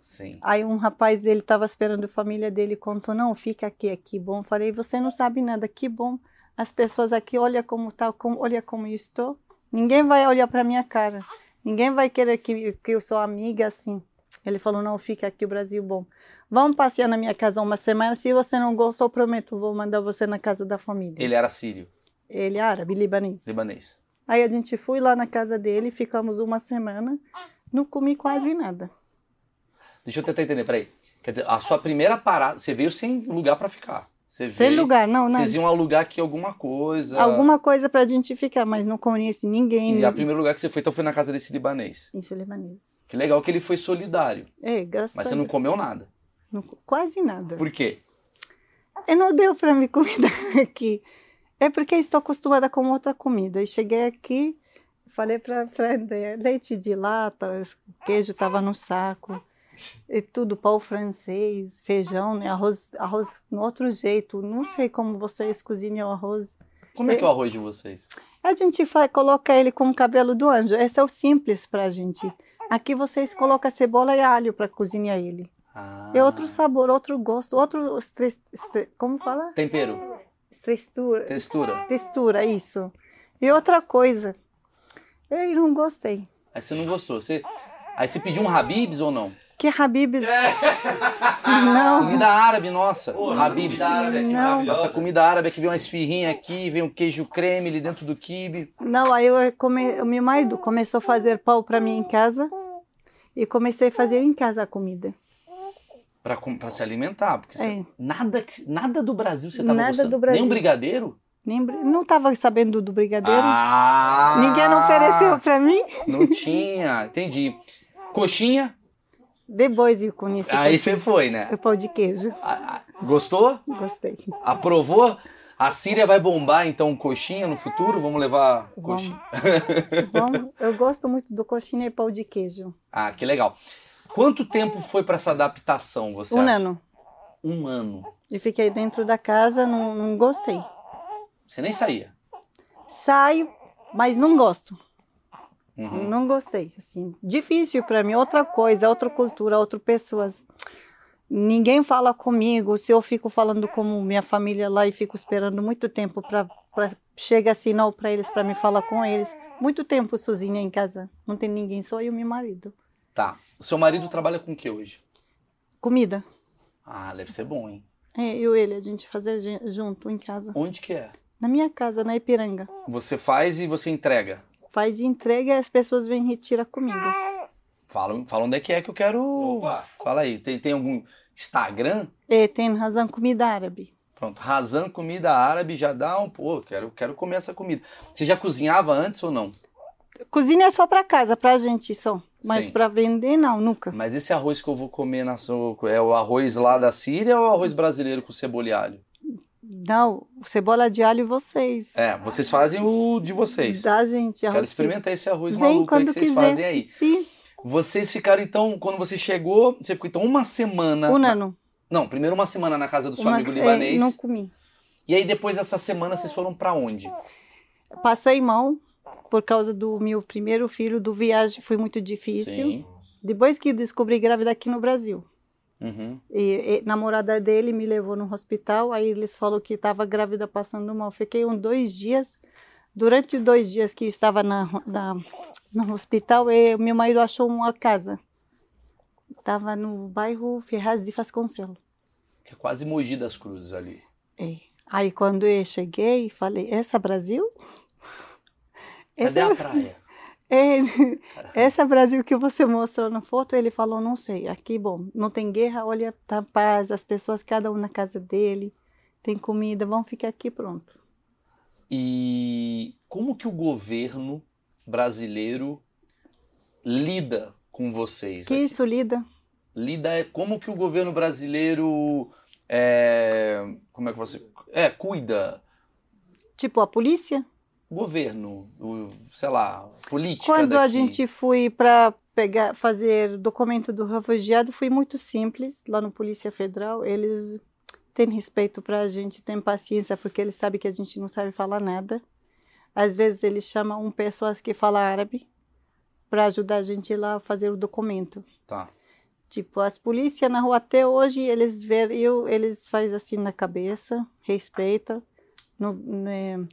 Speaker 2: Sim.
Speaker 1: Aí um rapaz, ele estava esperando a família dele, contou, não, fica aqui, aqui, bom. Falei, você não sabe nada, que bom. As pessoas aqui, olha como tá, como, olha como eu estou. Ninguém vai olhar para minha cara. Ninguém vai querer que, que eu sou amiga assim. Ele falou, não, fica aqui, o Brasil bom. Vamos passear na minha casa uma semana. Se você não gostou, prometo, vou mandar você na casa da família. Ele,
Speaker 2: Ele era sírio,
Speaker 1: é árabe, libanês.
Speaker 2: libanês.
Speaker 1: Aí a gente foi lá na casa dele, ficamos uma semana. Não comi quase nada.
Speaker 2: Deixa eu tentar entender, peraí. Quer dizer, a sua primeira parada, você veio sem lugar pra ficar. Você
Speaker 1: Sem
Speaker 2: veio,
Speaker 1: lugar, não, nada.
Speaker 2: Vocês iam alugar aqui alguma coisa.
Speaker 1: alguma coisa pra gente ficar, mas não conhece ninguém. né?
Speaker 2: É. E o primeiro lugar que você foi, então, foi na casa desse libanês.
Speaker 1: Isso é libanês.
Speaker 2: Que legal que ele foi solidário.
Speaker 1: É, graças
Speaker 2: Mas
Speaker 1: a
Speaker 2: você não
Speaker 1: Deus.
Speaker 2: comeu nada.
Speaker 1: Não co- Quase nada.
Speaker 2: Por quê?
Speaker 1: Eu não deu pra me *laughs* comida aqui. É porque estou acostumada com outra comida. E cheguei aqui, falei pra pra Andréia, leite de lata, es- queijo tava no saco. E tudo, pau francês, feijão, né? arroz, arroz no outro jeito. Não sei como vocês cozinham arroz.
Speaker 2: Como é que é o arroz de vocês?
Speaker 1: A gente fa- coloca ele com o cabelo do anjo. Esse é o simples para a gente. Aqui vocês colocam cebola e alho para cozinhar ele.
Speaker 2: Ah,
Speaker 1: É outro sabor, outro gosto, outro... estres- estre- como fala?
Speaker 2: Tempero,
Speaker 1: Textura.
Speaker 2: textura.
Speaker 1: Textura, isso. E outra coisa. Eu não gostei.
Speaker 2: Aí você não gostou. Você... Aí você pediu um Habibs ou não?
Speaker 1: Que
Speaker 2: *laughs*
Speaker 1: Habibs... Não.
Speaker 2: Comida árabe, nossa.
Speaker 3: Pô, essa
Speaker 2: Habibs.
Speaker 3: comida árabe aqui
Speaker 1: Não.
Speaker 3: maravilhosa.
Speaker 2: Nossa comida árabe, aqui vem uma esfirrinha aqui, vem um queijo creme ali dentro do quibe.
Speaker 1: Não, aí eu come... o meu marido começou a fazer pau para mim em casa. E comecei a fazer em casa a comida.
Speaker 2: Pra, com- pra se alimentar. Porque você-
Speaker 1: É.
Speaker 2: nada, que- nada do Brasil você tava
Speaker 1: Nada
Speaker 2: gostando.
Speaker 1: do Brasil.
Speaker 2: Nem um brigadeiro?
Speaker 1: Nem bri- Não estava sabendo do brigadeiro.
Speaker 2: Ah!
Speaker 1: Ninguém não ofereceu para mim.
Speaker 2: Não tinha, entendi. Coxinha,
Speaker 1: Depois eu conheci
Speaker 2: aí
Speaker 1: o
Speaker 2: você foi, né?
Speaker 1: pau de queijo.
Speaker 2: A- a- Gostou?
Speaker 1: Gostei.
Speaker 2: Aprovou? A Síria vai bombar então coxinha no futuro? Vamos levar coxinha?
Speaker 1: Bom, eu gosto muito do coxinha e pau de queijo.
Speaker 2: Ah, que legal. Quanto tempo foi pra essa adaptação, você
Speaker 1: um
Speaker 2: acha?
Speaker 1: ano.
Speaker 2: Um ano.
Speaker 1: E fiquei dentro da casa, não, não gostei.
Speaker 2: Você nem saía.
Speaker 1: Saio, mas não gosto.
Speaker 2: Uhum.
Speaker 1: Não gostei, assim. Difícil para mim, outra coisa, outra cultura, outras pessoas. Ninguém fala comigo, se eu fico falando como minha família lá e fico esperando muito tempo para chega sinal para eles para me falar com eles. Muito tempo sozinha em casa, não tem ninguém, só eu e meu marido.
Speaker 2: Tá. O seu marido trabalha com o que hoje?
Speaker 1: Comida.
Speaker 2: Ah, deve ser bom, hein?
Speaker 1: É, eu e ele, a gente fazer gen- junto em casa.
Speaker 2: Onde que é?
Speaker 1: Na minha casa, na Ipiranga.
Speaker 2: Você faz e você entrega.
Speaker 1: Faz entrega e as pessoas vêm retirar comigo.
Speaker 2: Fala, fala onde é que é que eu quero.
Speaker 3: Opa.
Speaker 2: Fala aí. Tem, tem algum Instagram?
Speaker 1: É, tem razão, comida árabe.
Speaker 2: Pronto, Razan comida árabe já dá um. Pô, quero, quero comer essa comida. Você já cozinhava antes ou não?
Speaker 1: Cozinha é só para casa, pra gente só. Mas
Speaker 2: Sim.
Speaker 1: para vender, não, nunca.
Speaker 2: Mas esse arroz que eu vou comer na sua. É o arroz lá da Síria ou é o arroz brasileiro com cebola e alho?
Speaker 1: Não, cebola de alho vocês.
Speaker 2: É, vocês fazem o de vocês.
Speaker 1: Dá, gente.
Speaker 2: Quero
Speaker 1: arroz frito.
Speaker 2: experimentar esse arroz
Speaker 1: Então, assim, Vem
Speaker 2: maluco aí
Speaker 1: quando
Speaker 2: que vocês
Speaker 1: quiser.
Speaker 2: fazem aí.
Speaker 1: Sim,
Speaker 2: Vocês ficaram então, quando você chegou, você ficou então uma semana.
Speaker 1: um ano.
Speaker 2: Não, primeiro uma semana na casa do seu
Speaker 1: Uma-
Speaker 2: amigo
Speaker 1: é,
Speaker 2: libanês.
Speaker 1: não comi.
Speaker 2: E aí depois dessa semana vocês foram pra onde?
Speaker 1: Passei mão por causa do meu primeiro filho, do viagem, foi muito difícil.
Speaker 2: Sim.
Speaker 1: Depois que descobri grávida aqui no Brasil.
Speaker 2: Uhum.
Speaker 1: E, e namorada dele me levou no hospital, aí eles falaram que estava grávida passando mal. Fiquei uns dois dias. Durante os dois dias que eu estava na, na, no hospital, eh, meu marido achou uma casa. Estava no bairro Ferraz de Vasconcelos.
Speaker 2: Que é quase Mogi das Cruzes ali.
Speaker 1: É. Aí quando eu cheguei, falei, essa Brasil? *laughs*
Speaker 2: Cadê
Speaker 1: Essa,
Speaker 2: a praia?
Speaker 1: é, *laughs* essa Brasil que você mostrou na foto, ele falou, não sei, aqui, bom, não tem guerra, olha, tá paz, as pessoas, cada um na casa dele, tem comida, vão ficar aqui, pronto.
Speaker 2: E como que o governo brasileiro lida com vocês?
Speaker 1: Que
Speaker 2: aqui?
Speaker 1: isso, Lida?
Speaker 2: Lida é como que o governo brasileiro é, como é que você é cuida
Speaker 1: Tipo, a polícia?
Speaker 2: o governo, o, sei lá, política
Speaker 1: Quando a
Speaker 2: daqui.
Speaker 1: gente foi para pegar, fazer documento do refugiado, foi muito simples. Lá no Polícia Federal, eles têm respeito para a gente, têm paciência, porque eles sabem que a gente não sabe falar nada. Às vezes eles chamam um pessoas que fala árabe para ajudar a gente lá a fazer o documento.
Speaker 2: tá.
Speaker 1: Tipo, as polícias na rua até hoje, eles ver eu, eles faz assim na cabeça, respeita. Nu- né,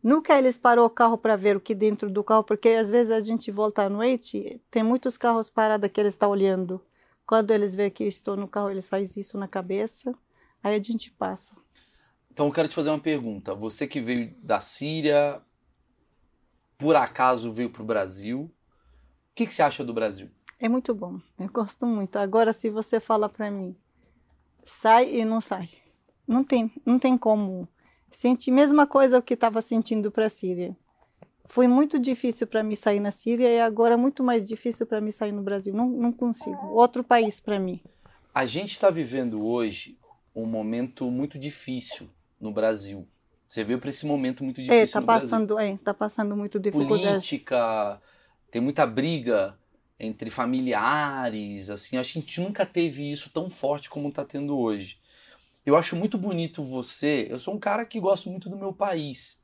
Speaker 1: nunca eles parou o carro para ver o que dentro do carro, porque às vezes a gente volta à noite, tem muitos carros parados que eles estão olhando. Quando eles vê que eu estou no carro, eles faz isso na cabeça, aí a gente passa.
Speaker 2: Então eu quero te fazer uma pergunta. Você que veio da Síria, por acaso veio pro Brasil? O que, que você acha do Brasil?
Speaker 1: É muito bom, eu gosto muito. Agora, se você fala para mim, sai e não sai, não tem, não tem como. Senti a mesma coisa que estava sentindo para a Síria. Foi muito difícil para mim sair na Síria e agora é muito mais difícil para mim sair no Brasil. Não, não consigo. Outro país para mim.
Speaker 2: A gente está vivendo hoje um momento muito difícil no Brasil. Você veio para esse momento muito difícil
Speaker 1: É, tá
Speaker 2: no
Speaker 1: passando, é, tá passando muito
Speaker 2: Brasil.
Speaker 1: dificuldade.
Speaker 2: Política, tem muita briga entre familiares, assim, acho que a gente nunca teve isso tão forte como está tendo hoje. Eu acho muito bonito você. Eu sou um cara que gosto muito do meu país,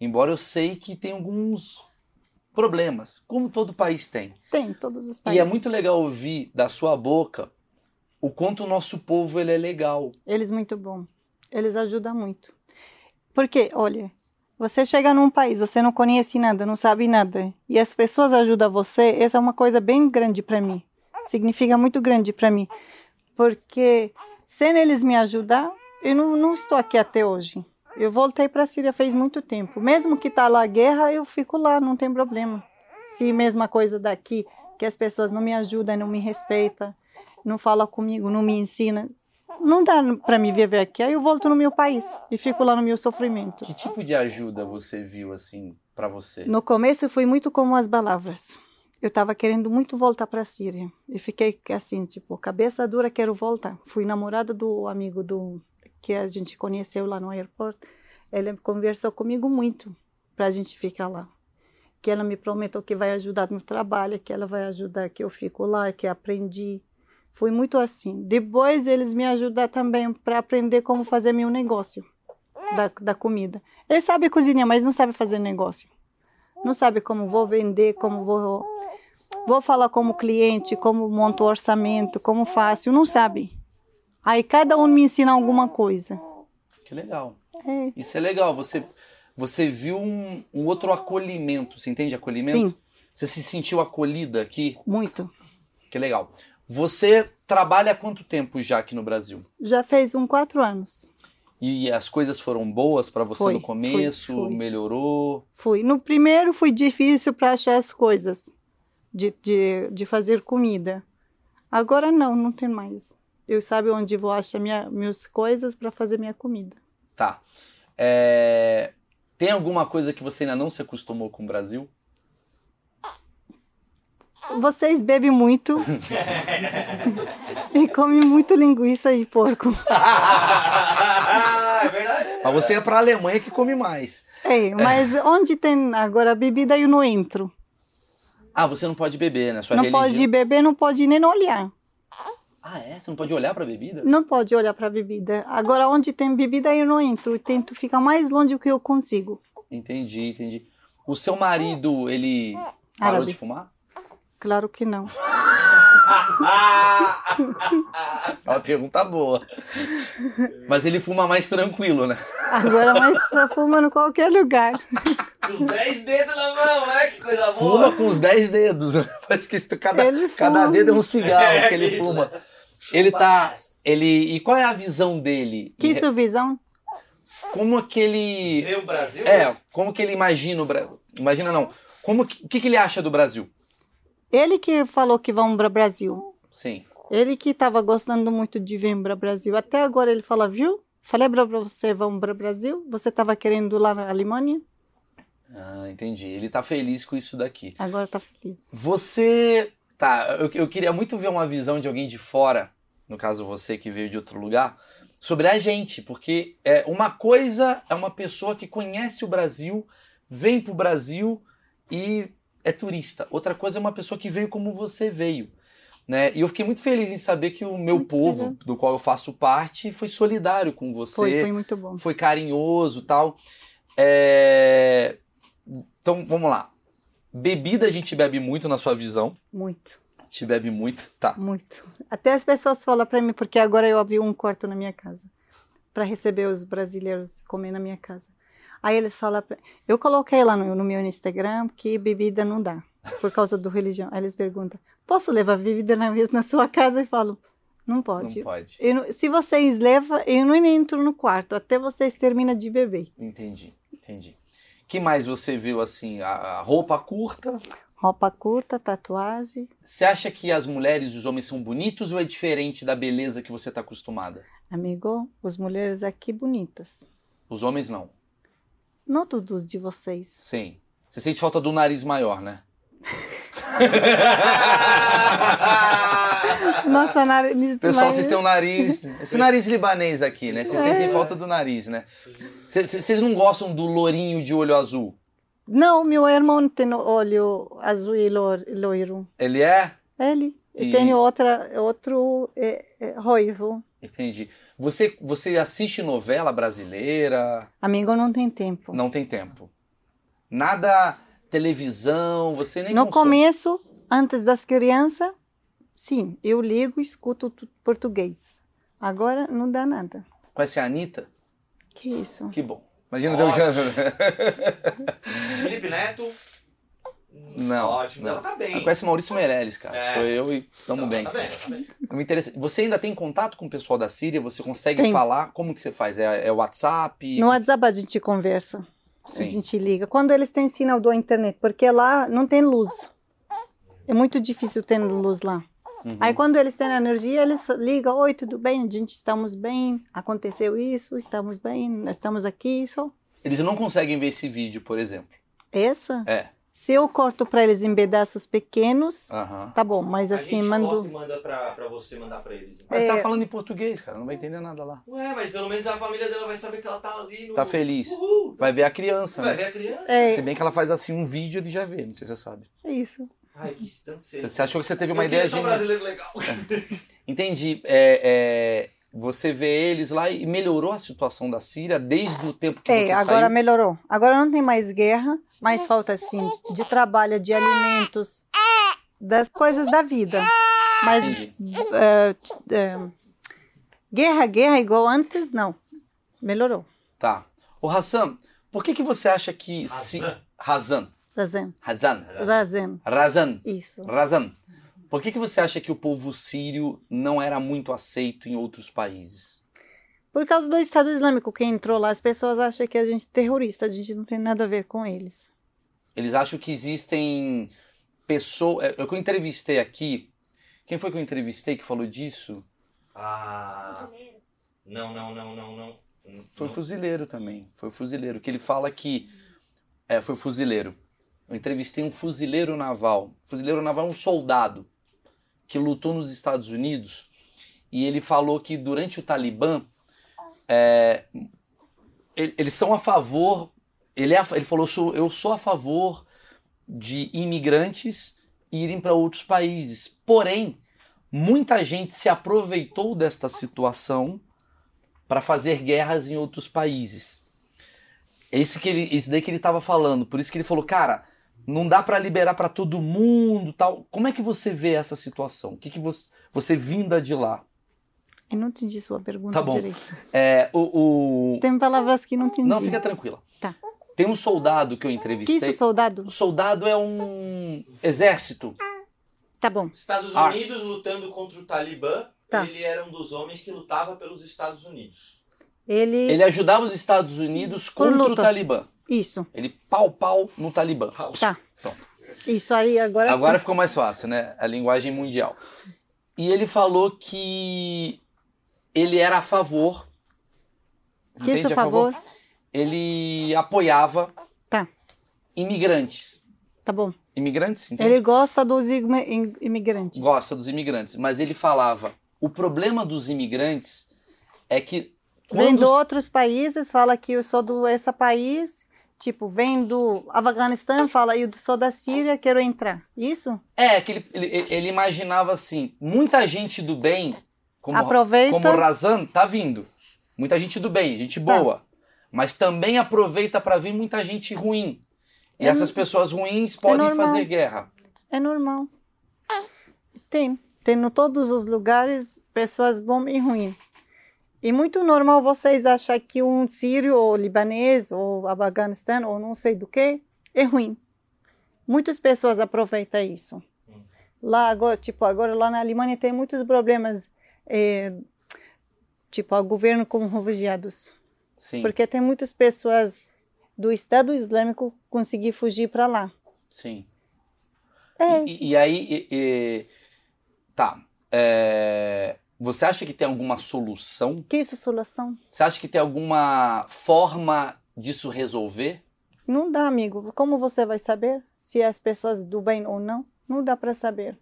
Speaker 2: embora eu sei que tem alguns problemas, como todo país tem.
Speaker 1: Tem, todos os
Speaker 2: E
Speaker 1: países.
Speaker 2: é muito legal ouvir da sua boca o quanto o nosso povo ele é legal.
Speaker 1: Eles muito bom. Eles ajudam muito. Porque, olha, você chega num país, você não conhece nada, não sabe nada, e as pessoas ajudam você, essa é uma coisa bem grande para mim. Significa muito grande para mim. Porque sem eles me ajudar, eu não, não estou aqui até hoje. Eu voltei para a Síria faz muito tempo. Mesmo que tá lá a guerra, eu fico lá, não tem problema. Se mesma coisa daqui, que as pessoas não me ajudam, não me respeitam, não falam comigo, não me ensinam, não dá para me viver aqui. Aí eu volto no meu país e fico lá no meu sofrimento.
Speaker 2: Que tipo de ajuda você viu assim pra você?
Speaker 1: No começo foi muito como as palavras. Eu estava querendo muito voltar para a Síria. E fiquei assim, tipo, cabeça dura, quero voltar. Fui namorada do amigo do que a gente conheceu lá no aeroporto. Ele conversou comigo muito para a gente ficar lá. Que ela me prometeu que vai ajudar no trabalho, que ela vai ajudar que eu fico lá, que aprendi. Foi muito assim. Depois eles me ajudaram também para aprender como fazer meu negócio da, da comida. Ele sabe cozinhar, mas não sabe fazer negócio não sabe como vou vender, como vou vou falar como cliente, como monto o orçamento, como faço, não sabe. Aí cada um me ensina alguma coisa.
Speaker 2: Que legal.
Speaker 1: É.
Speaker 2: Isso é legal. Você, você viu um, um outro acolhimento. Você entende acolhimento?
Speaker 1: Sim.
Speaker 2: Você se sentiu acolhida aqui?
Speaker 1: Muito.
Speaker 2: Que legal. Você trabalha há quanto tempo já aqui no Brasil?
Speaker 1: Já fez uns quatro anos.
Speaker 2: E as coisas foram boas pra você
Speaker 1: Foi,
Speaker 2: no começo?
Speaker 1: foi, foi.
Speaker 2: Melhorou?
Speaker 1: Fui. No primeiro foi difícil para achar as coisas, de, de, de fazer comida. Agora não, não tem mais. Eu sabe onde vou achar minha, minhas coisas para fazer minha comida.
Speaker 2: Tá. É, Tem alguma coisa que você ainda não se acostumou com o Brasil?
Speaker 1: Vocês bebem muito *laughs* e comem muito linguiça de porco.
Speaker 3: *laughs* é verdade. *laughs*
Speaker 2: Mas você é pra Alemanha que come mais.
Speaker 1: É, mas onde tem agora bebida eu não entro.
Speaker 2: Ah, você não pode beber, né? Sua
Speaker 1: não
Speaker 2: religião.
Speaker 1: pode beber, não pode nem olhar.
Speaker 2: Ah, é? Você não pode olhar pra bebida?
Speaker 1: Não pode
Speaker 2: Ah.
Speaker 1: olhar para bebida. Agora onde tem bebida eu não entro. Eu tento ficar mais longe do que eu consigo.
Speaker 2: Entendi, entendi. O seu marido, ele parou
Speaker 1: É. Árabe.
Speaker 2: de fumar?
Speaker 1: Claro que não.
Speaker 2: É uma pergunta boa. Mas ele fuma mais tranquilo, né?
Speaker 1: Agora mais
Speaker 2: *laughs*
Speaker 1: tá fumando em qualquer lugar.
Speaker 3: Os 10 dedos na mão, né? Que coisa boa.
Speaker 2: Fuma com os 10 dedos. *laughs* Parece que esse- cada,
Speaker 1: Ele
Speaker 2: cada
Speaker 1: fuma.
Speaker 2: dedo é um cigarro que ele
Speaker 3: É,
Speaker 2: fuma. Ele tá. Ele, e qual é a visão dele?
Speaker 1: Que isso, visão?
Speaker 2: Como é que ele.
Speaker 3: Vê o Brasil?
Speaker 2: É, como que ele imagina o Brasil? Imagina não. Como que, o que, que ele acha do Brasil?
Speaker 1: Ele que falou que vamos para Brasil.
Speaker 2: Sim.
Speaker 1: Ele que estava gostando muito de vir para Brasil. Até agora ele fala, viu? Falei para você, vamos para Brasil. Você estava querendo ir lá na Alemanha.
Speaker 2: Ah, entendi. Ele tá feliz com isso daqui.
Speaker 1: Agora está feliz.
Speaker 2: Você. Tá, eu, eu queria muito ver uma visão de alguém de fora, no caso você que veio de outro lugar, sobre a gente, porque é uma coisa é uma pessoa que conhece o Brasil, vem pro Brasil e é turista. Outra coisa é uma pessoa que veio como você veio. Né? E eu fiquei muito feliz em saber que o meu povo, do qual eu faço parte, foi solidário com você
Speaker 1: Foi, foi muito bom.
Speaker 2: foi carinhoso tal. É, Então, vamos lá. Bebida a gente bebe muito na sua visão.
Speaker 1: Muito,
Speaker 2: A gente bebe muito, tá.
Speaker 1: muito. Até as pessoas falam para mim, porque agora eu abri um quarto na minha casa para receber os brasileiros comer na minha casa. Aí eles falam, pra... eu coloquei lá no, no meu Instagram que bebida não dá, por causa do religião. Aí eles perguntam, posso levar bebida na, mesa na sua casa? E falo, não pode.
Speaker 2: Não pode.
Speaker 1: Eu não- se vocês levam, eu não entro no quarto, até vocês terminam de beber.
Speaker 2: Entendi, entendi. que mais você viu assim? A, a roupa curta.
Speaker 1: Roupa curta, tatuagem.
Speaker 2: Você acha que as mulheres e os homens são bonitos ou é diferente da beleza que você está acostumada?
Speaker 1: Amigo, as mulheres aqui bonitas.
Speaker 2: Os homens não.
Speaker 1: Não todos de vocês.
Speaker 2: Sim. Você sente falta do nariz maior, né?
Speaker 1: Nossa, nariz.
Speaker 2: Pessoal,
Speaker 1: mas-
Speaker 2: vocês têm um nariz. Esse nariz libanês aqui, né? Vocês sentem falta do nariz, né? Cê- cê- Vocês não gostam do lourinho de olho azul?
Speaker 1: Não, meu irmão tem olho azul e lo- loiro.
Speaker 2: Ele é?
Speaker 1: Ele.
Speaker 2: E-
Speaker 1: E tem outra, outro é, é, ruivo.
Speaker 2: Entendi. Você, você assiste novela brasileira?
Speaker 1: Amigo, não tem tempo.
Speaker 2: Não tem tempo. Nada televisão, você nem
Speaker 1: no
Speaker 2: consome.
Speaker 1: começo, antes das crianças, sim, eu ligo e escuto tu- português. Agora não dá nada.
Speaker 2: Conhece a Anitta?
Speaker 1: Que isso?
Speaker 2: Que bom. Imagina.
Speaker 3: Ótimo.
Speaker 2: *laughs*
Speaker 3: *laughs* Felipe Neto?
Speaker 2: Não,
Speaker 3: Ótimo,
Speaker 2: não.
Speaker 3: ela tá bem.
Speaker 2: Conhece Maurício Meirelles, cara.
Speaker 3: É.
Speaker 2: Sou eu e tamo
Speaker 3: Ela
Speaker 2: bem.
Speaker 3: Tá bem, ela tá bem.
Speaker 2: Me interessa. Você ainda tem contato com o pessoal da Síria? Você consegue
Speaker 1: Tem.
Speaker 2: falar? Como que você faz? É, é WhatsApp?
Speaker 1: No WhatsApp a gente conversa, a
Speaker 2: Sim.
Speaker 1: gente liga. Quando eles têm sinal da internet, porque lá não tem luz. É muito difícil ter luz lá.
Speaker 2: Uhum.
Speaker 1: Aí quando eles têm energia, eles ligam, oi, tudo bem? A gente estamos bem, aconteceu isso, estamos bem, nós estamos aqui, só.
Speaker 2: Eles não conseguem ver esse vídeo, por exemplo.
Speaker 1: Essa?
Speaker 2: É. Ah.
Speaker 1: Se eu corto para eles em pedaços pequenos,
Speaker 2: Aham.
Speaker 1: tá bom, mas
Speaker 3: a
Speaker 1: assim,
Speaker 3: gente
Speaker 1: mando...
Speaker 3: corta e manda pra, pra você mandar pra eles.
Speaker 2: Mas
Speaker 1: É.
Speaker 2: tá falando em português, cara. Não vai entender nada lá.
Speaker 3: Ué, mas pelo menos a família dela vai saber que ela tá ali no...
Speaker 2: Tá feliz.
Speaker 3: Uhul.
Speaker 2: Vai ver a criança,
Speaker 3: Vai
Speaker 2: né?
Speaker 3: ver a criança?
Speaker 1: É,
Speaker 2: Se bem que ela faz assim um vídeo, ele já vê. Não sei se você sabe.
Speaker 1: é isso.
Speaker 3: Ai, que instância.
Speaker 2: Você você achou que você teve
Speaker 3: Eu
Speaker 2: uma
Speaker 3: queria
Speaker 2: ideia
Speaker 3: ser um
Speaker 2: genial.
Speaker 3: brasileiro legal.
Speaker 2: Entendi. É, é, você vê eles lá e melhorou a situação da Síria desde o tempo que você
Speaker 1: É, agora
Speaker 2: saiu.
Speaker 1: melhorou. Agora não tem mais guerra, mas falta assim de trabalho, de alimentos, das coisas da vida. Mas
Speaker 2: Entendi.
Speaker 1: eh, t- eh, guerra, guerra igual antes, não. Melhorou.
Speaker 2: Tá. Ô, Hassan, por que, que você acha que... se-
Speaker 3: Razan.
Speaker 2: Razan.
Speaker 1: Razem,
Speaker 2: Razan.
Speaker 1: razem,
Speaker 2: Razan.
Speaker 1: isso.
Speaker 2: Razan. Por que, que você acha que o povo sírio não era muito aceito em outros países?
Speaker 1: Por causa do Estado Islâmico que entrou lá, as pessoas acham que a gente é terrorista, a gente não tem nada a ver com eles.
Speaker 2: Eles acham que existem pessoas. Eu que eu entrevistei aqui. Quem foi que eu entrevistei que falou disso?
Speaker 3: Ah... Não, não, não, não, não.
Speaker 2: Foi o
Speaker 3: Não.
Speaker 2: fuzileiro também. Foi o fuzileiro. Que ele fala que. É, foi o fuzileiro. Eu entrevistei um fuzileiro naval. Fuzileiro naval é um soldado que lutou nos Estados Unidos. E ele falou que durante o Talibã. é, ele- eles são a favor. Ele, é a- ele falou: "Sou- eu sou a favor de imigrantes irem para outros países. Porém, muita gente se aproveitou desta situação para fazer guerras em outros países. Esse que ele, isso daí que ele tava falando. Por isso que ele falou, cara, não dá pra liberar pra todo mundo, tal. Como é que você vê essa situação? O que que você, você vinda de lá?
Speaker 1: Eu não entendi sua pergunta
Speaker 2: Tá bom.
Speaker 1: direito.
Speaker 2: É, o, o-
Speaker 1: Tem palavras que não entendi.
Speaker 2: Não, fica é tranquila.
Speaker 1: Tá.
Speaker 2: Tem um soldado que eu
Speaker 1: que
Speaker 2: entrevistei.
Speaker 1: isso, soldado?
Speaker 2: O soldado é um exército.
Speaker 1: Tá bom.
Speaker 3: Estados
Speaker 2: Ah.
Speaker 3: Unidos lutando contra o Talibã,
Speaker 1: Tá.
Speaker 3: ele era um dos homens que lutava pelos Estados Unidos.
Speaker 1: Ele...
Speaker 2: Ele ajudava os Estados Unidos
Speaker 1: Por
Speaker 2: contra o
Speaker 1: luta.
Speaker 2: Talibã.
Speaker 1: Isso,
Speaker 2: Ele pau pau no Talibã.
Speaker 1: tá. Isso aí, agora,
Speaker 2: Agora
Speaker 1: sim.
Speaker 2: ficou mais fácil, né? A linguagem mundial. E ele falou que ele era a favor.
Speaker 1: Que
Speaker 2: Entende?
Speaker 1: isso,
Speaker 2: A
Speaker 1: favor?
Speaker 2: Ele apoiava
Speaker 1: Tá.
Speaker 2: imigrantes.
Speaker 1: Tá bom.
Speaker 2: Imigrantes, entende?
Speaker 1: Ele gosta dos igme- im- imigrantes.
Speaker 2: gosta dos imigrantes, mas ele falava: o problema dos imigrantes é que
Speaker 1: Vem de
Speaker 2: quando
Speaker 1: outros países, fala que eu sou do esse país. Tipo, vem do Afeganistão, fala eu sou da Síria, quero entrar. Isso?
Speaker 2: é que ele, ele, ele imaginava assim, muita gente do bem, como
Speaker 1: Aproveita.
Speaker 2: como Razan tá vindo, muita gente do bem,
Speaker 1: Tá.
Speaker 2: gente boa, mas também aproveita para vir muita gente ruim. E
Speaker 1: É
Speaker 2: essas pessoas ruins podem
Speaker 1: normal.
Speaker 2: fazer guerra.
Speaker 1: É normal. Tem. Tem em todos os lugares pessoas bom e ruim. E muito normal vocês achar que um sírio ou libanês ou afeganistano ou não sei do que é ruim. Muitas pessoas aproveitam isso.
Speaker 3: Hum.
Speaker 1: Lá agora, tipo, agora lá na Alemanha tem muitos problemas, eh, tipo, o governo com refugiados.
Speaker 2: Sim,
Speaker 1: Porque tem muitas pessoas do Estado Islâmico conseguir fugir para lá.
Speaker 2: sim.
Speaker 1: É,
Speaker 2: E, e aí, e- e- tá. é, você acha que tem alguma solução?
Speaker 1: que isso, solução?
Speaker 2: Você acha que tem alguma forma disso resolver?
Speaker 1: Não dá, amigo. Como você vai saber se as pessoas do bem ou não? Não dá para saber.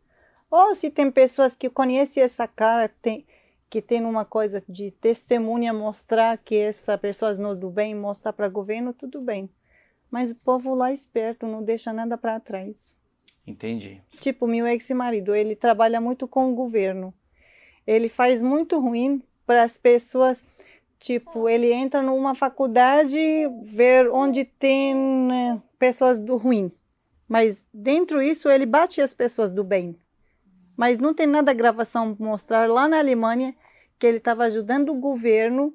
Speaker 1: Ou se tem pessoas que conhecem essa cara, tem, que tem uma coisa de testemunha mostrar que essa pessoa não do bem, mostrar para o governo, tudo bem. Mas o povo lá é esperto, não deixa nada para trás.
Speaker 2: Entendi.
Speaker 1: Tipo, meu ex-marido, ele trabalha muito com o governo. Ele faz muito ruim para as pessoas. Tipo, ele entra numa faculdade, ver onde tem né, pessoas do ruim. Mas dentro disso, ele bate as pessoas do bem. Mas não tem nada gravação pra mostrar lá na Alemanha que ele estava ajudando o governo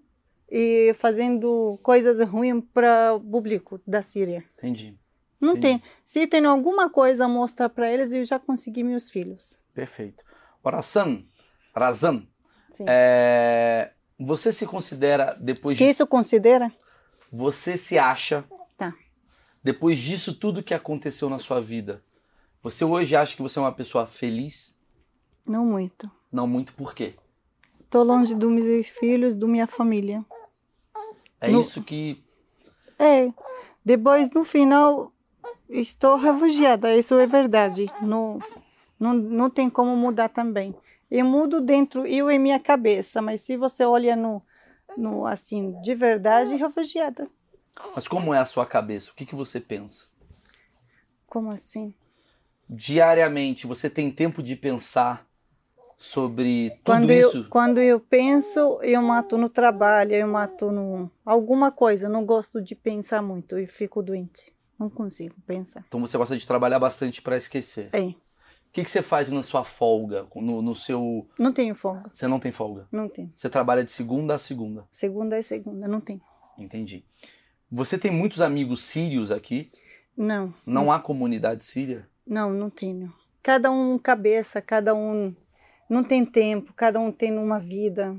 Speaker 1: e fazendo coisas ruins para o público da Síria.
Speaker 2: Entendi.
Speaker 1: Não
Speaker 2: Entendi.
Speaker 1: tem. Se tem alguma coisa a mostrar para eles, eu já consegui meus filhos.
Speaker 2: Perfeito. Orasan, Razan,
Speaker 1: Sim.
Speaker 2: é, você se considera, depois
Speaker 1: Que
Speaker 2: de,
Speaker 1: isso considera?
Speaker 2: você se acha,
Speaker 1: Tá.
Speaker 2: depois disso tudo que aconteceu na sua vida, você hoje acha que você é uma pessoa feliz?
Speaker 1: Não muito.
Speaker 2: Não muito, por quê?
Speaker 1: Tô longe dos meus filhos, da minha família.
Speaker 2: É
Speaker 1: No-
Speaker 2: isso que...
Speaker 1: É. Depois, no final, estou refugiada. Isso é verdade. Não, não, não tem como mudar também. Eu mudo dentro, eu e minha cabeça. Mas se você olha no, no assim, de verdade, refugiada.
Speaker 2: Mas como é a sua cabeça? O que, que você pensa?
Speaker 1: Como assim?
Speaker 2: Diariamente, você tem tempo de pensar sobre tudo
Speaker 1: quando
Speaker 2: isso?
Speaker 1: eu quando eu penso eu mato no trabalho eu mato no alguma coisa não gosto de pensar muito e fico doente não consigo pensar
Speaker 2: Então você gosta de trabalhar bastante para esquecer.
Speaker 1: é
Speaker 2: O que, que você faz na sua folga? No, no seu.
Speaker 1: não tenho folga
Speaker 2: Você não tem folga.
Speaker 1: não tenho
Speaker 2: Você trabalha de segunda a segunda.
Speaker 1: segunda é segunda não tenho
Speaker 2: Entendi. Você tem muitos amigos sírios aqui?
Speaker 1: não
Speaker 2: Não há comunidade síria?
Speaker 1: não não tenho cada um cabeça cada um não tem tempo cada um tem uma vida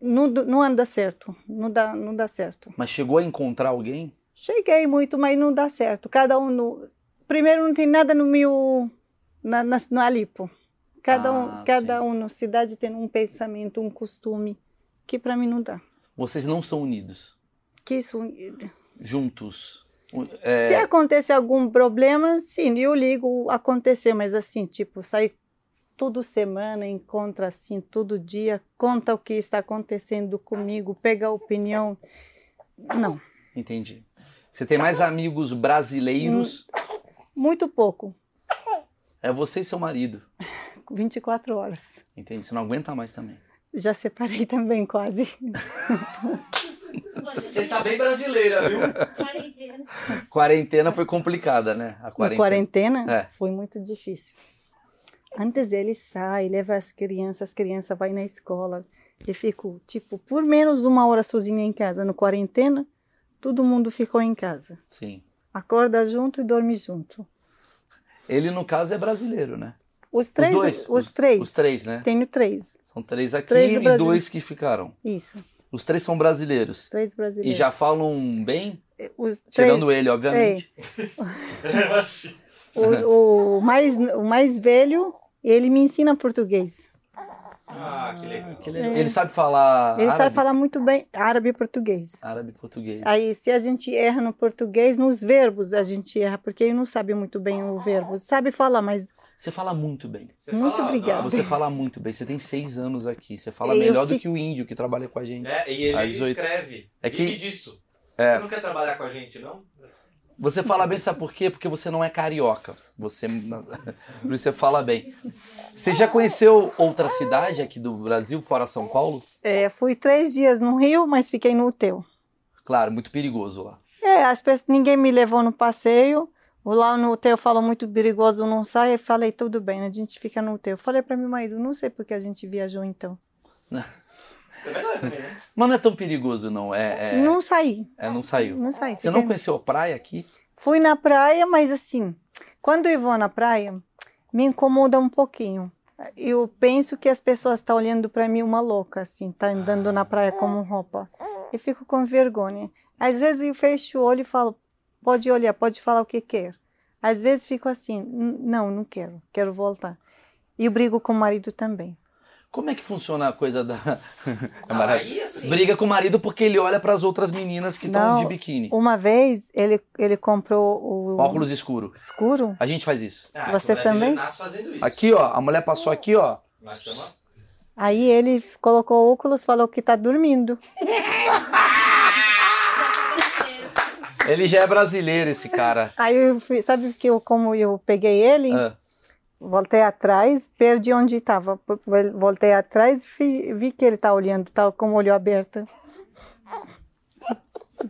Speaker 1: não, não anda certo não dá não dá certo
Speaker 2: Mas chegou a encontrar alguém?
Speaker 1: Cheguei muito, mas não dá certo. Cada um no... Primeiro não tem nada no meu na, na, no Alipo. Cada
Speaker 2: Ah,
Speaker 1: um, cada
Speaker 2: sim.
Speaker 1: um na cidade tem um pensamento, um costume que para mim não dá.
Speaker 2: Vocês não são unidos.
Speaker 1: Que isso
Speaker 2: Juntos. U- é,
Speaker 1: Se acontecer algum problema, sim, eu ligo acontecer, mas assim, tipo, sai toda semana, encontra assim, todo dia, conta o que está acontecendo comigo, pega a opinião. Não.
Speaker 2: Entendi. Você tem mais amigos brasileiros?
Speaker 1: Muito pouco.
Speaker 2: É você e seu marido.
Speaker 1: 24 horas.
Speaker 2: Entende? Você não aguenta mais também.
Speaker 1: Já separei também, quase.
Speaker 3: Você tá bem
Speaker 1: *laughs*
Speaker 3: brasileira, viu?
Speaker 4: Quarentena.
Speaker 2: Quarentena foi complicada, né? A
Speaker 1: Na
Speaker 2: quarentena.
Speaker 1: quarentena
Speaker 2: É.
Speaker 1: foi muito difícil. Antes ele sai, leva as crianças, as crianças vai na escola. Eu fico, tipo, por menos uma hora sozinha em casa. No quarentena, todo mundo ficou em casa.
Speaker 2: Sim.
Speaker 1: Acorda junto e dorme junto.
Speaker 2: Ele, no caso, é brasileiro, né?
Speaker 1: Os três.
Speaker 2: dois, os-
Speaker 1: três.
Speaker 2: Os três, né?
Speaker 1: Tenho três.
Speaker 2: São três aqui
Speaker 1: Três do
Speaker 2: e
Speaker 1: Brasil.
Speaker 2: dois que ficaram.
Speaker 1: Isso.
Speaker 2: Os três são brasileiros.
Speaker 1: Três
Speaker 2: E
Speaker 1: brasileiros.
Speaker 2: já falam bem,
Speaker 1: Os três,
Speaker 2: tirando ele, obviamente.
Speaker 1: o, o mais, o mais velho, ele me ensina português.
Speaker 3: Ah, que legal.
Speaker 2: Que legal.
Speaker 1: É.
Speaker 2: Ele sabe falar
Speaker 1: Ele
Speaker 2: Ah, árabe?
Speaker 1: sabe falar muito bem árabe e português.
Speaker 2: Árabe e português.
Speaker 1: Aí, se a gente erra no português, nos verbos a gente erra, porque ele não sabe muito bem o verbo. Sabe falar, mas
Speaker 2: Você fala muito bem.
Speaker 3: Você
Speaker 1: Muito
Speaker 3: fala-
Speaker 1: obrigada.
Speaker 2: Você fala muito bem. Você tem seis anos aqui. Você fala
Speaker 1: Eu
Speaker 2: melhor do
Speaker 1: fico-
Speaker 2: que o índio que trabalha com a gente.
Speaker 3: É, e ele
Speaker 2: Às oito.
Speaker 3: escreve.
Speaker 2: É
Speaker 3: É
Speaker 2: que-
Speaker 3: que... disso.
Speaker 2: É.
Speaker 3: Você não quer trabalhar com a gente, não?
Speaker 2: Você fala bem, sabe por quê? Porque você não é carioca. Você, *laughs* por isso você fala bem. Você já conheceu outra cidade aqui do Brasil, fora São Paulo?
Speaker 1: é, fui três dias no Rio, mas fiquei no hotel.
Speaker 2: Claro, muito perigoso lá.
Speaker 1: É, as pessoas, ninguém me levou no passeio. Lá no hotel falou muito perigoso, não sai. Eu falei, tudo bem, a gente fica no hotel. Falei para meu marido, não sei porque a gente viajou então.
Speaker 3: É verdade também, né?
Speaker 2: Mas não é tão perigoso, não. É, é-
Speaker 1: Não É. saí,
Speaker 2: é, não saiu.
Speaker 1: não saí.
Speaker 2: Você não
Speaker 1: Fiquei-
Speaker 2: conheceu a praia aqui?
Speaker 1: Fui na praia, mas assim, quando eu vou na praia, me incomoda um pouquinho. Eu penso que as pessoas estão olhando para mim uma louca, assim, tá andando na praia como um roupa. Eu fico com vergonha. Às vezes eu fecho o olho e falo, pode olhar, pode falar o que quer. Às vezes fico assim, "N- não, não quero, quero voltar. E eu brigo com o marido também.
Speaker 2: Como é que funciona a coisa da. *laughs* É
Speaker 3: Ah,
Speaker 2: maravilhoso.
Speaker 3: aí assim.
Speaker 2: Briga com o marido porque ele olha pras outras meninas que estão
Speaker 1: Não.
Speaker 2: de biquíni.
Speaker 1: Uma vez ele, ele comprou o
Speaker 2: Óculos escuro.
Speaker 1: escuro.
Speaker 2: A gente faz isso.
Speaker 3: Ah,
Speaker 1: Você
Speaker 3: o brasileiro
Speaker 1: também?
Speaker 3: nasce fazendo isso.
Speaker 2: Aqui, ó, a mulher passou aqui, ó.
Speaker 3: Nós estamos.
Speaker 1: Aí ele colocou o óculos, falou que tá dormindo.
Speaker 2: Ele já é brasileiro, esse cara.
Speaker 1: Aí eu fui, sabe que eu, como eu peguei ele,
Speaker 2: Ah,
Speaker 1: voltei atrás, perdi onde estava. Voltei atrás e fi- vi que ele tá olhando, tá com o olho aberto.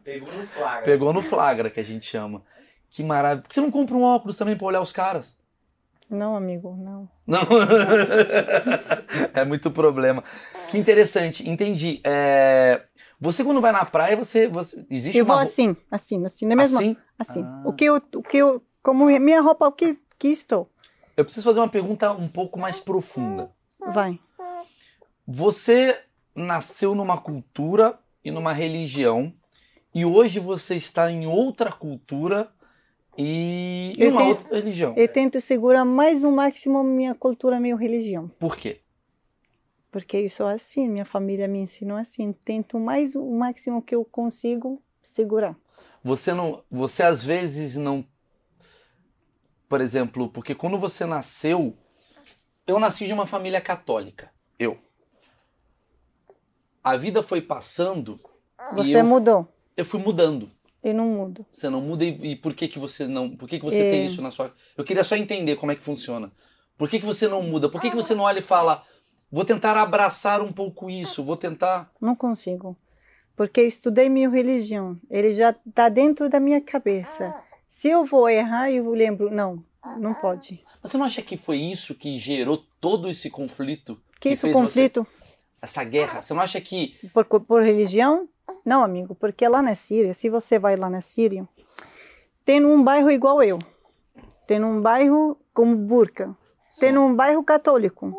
Speaker 3: Pegou no flagra.
Speaker 2: pegou no flagra, que a gente chama. Que maravilha. Por que você não compra um óculos também pra olhar os caras?
Speaker 1: Não, amigo, não.
Speaker 2: Não. *laughs* é muito problema. Que interessante. Entendi. É, Você quando vai na praia, você... você- Existe
Speaker 1: Eu
Speaker 2: uma...
Speaker 1: vou
Speaker 2: ro-
Speaker 1: assim, assim, assim, na mesma, assim.
Speaker 2: assim? Ah.
Speaker 1: O que eu, o que eu, como é minha roupa, o que que estou?
Speaker 2: Eu preciso fazer uma pergunta um pouco mais profunda.
Speaker 1: Vai.
Speaker 2: Você nasceu numa cultura e numa religião, e hoje você está em outra cultura e em
Speaker 1: Eu
Speaker 2: uma
Speaker 1: tenho-
Speaker 2: outra religião.
Speaker 1: Eu tento segurar mais o máximo minha cultura, minha religião,
Speaker 2: Por quê?
Speaker 1: porque eu sou assim, minha família me ensinou assim, tento mais o máximo que eu consigo segurar.
Speaker 2: Você não. Você às vezes não. Por exemplo, porque quando você nasceu, eu nasci de uma família católica. Eu. A vida foi passando
Speaker 1: Você
Speaker 2: Ah. e eu,
Speaker 1: mudou,
Speaker 2: eu fui mudando.
Speaker 1: eu não mudo.
Speaker 2: Você não muda e, e por que que você não? Por que que você
Speaker 1: É.
Speaker 2: tem isso na sua? Eu queria só entender como é que funciona. Por que que você não muda? Por
Speaker 1: Ah.
Speaker 2: que que você não olha e fala? Vou tentar abraçar um pouco isso. Vou tentar.
Speaker 1: Não consigo. Porque eu estudei minha religião. Ele já está dentro da minha cabeça. Se eu vou errar, eu lembro. Não, não pode.
Speaker 2: Mas você não acha que foi isso que gerou todo esse conflito,
Speaker 1: Que
Speaker 2: E
Speaker 1: isso,
Speaker 2: fez você-
Speaker 1: conflito
Speaker 2: essa guerra? Você não acha que
Speaker 1: por, por religião? Não, amigo, porque lá na Síria, se você vai lá na Síria, tem um bairro igual eu. Tem um bairro como burca. Tem um bairro católico.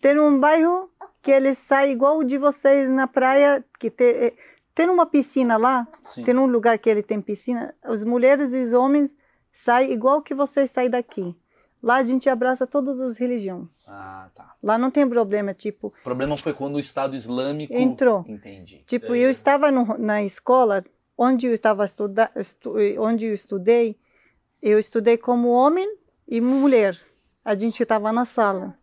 Speaker 1: Tem um bairro que ele sai igual o de vocês na praia. que Tem, tem uma piscina lá
Speaker 2: Sim.
Speaker 1: Tem um lugar que ele tem piscina, as mulheres e os homens saem igual que vocês saem daqui. Lá a gente abraça todas as religiões.
Speaker 2: Ah, tá.
Speaker 1: Lá não tem problema, tipo,
Speaker 2: O problema foi quando o Estado Islâmico
Speaker 1: Entrou.
Speaker 2: Entendi.
Speaker 1: tipo
Speaker 3: É.
Speaker 1: eu estava no- na escola onde eu estava estuda, estu, onde eu estudei, eu estudei como homem e mulher. A gente estava na sala.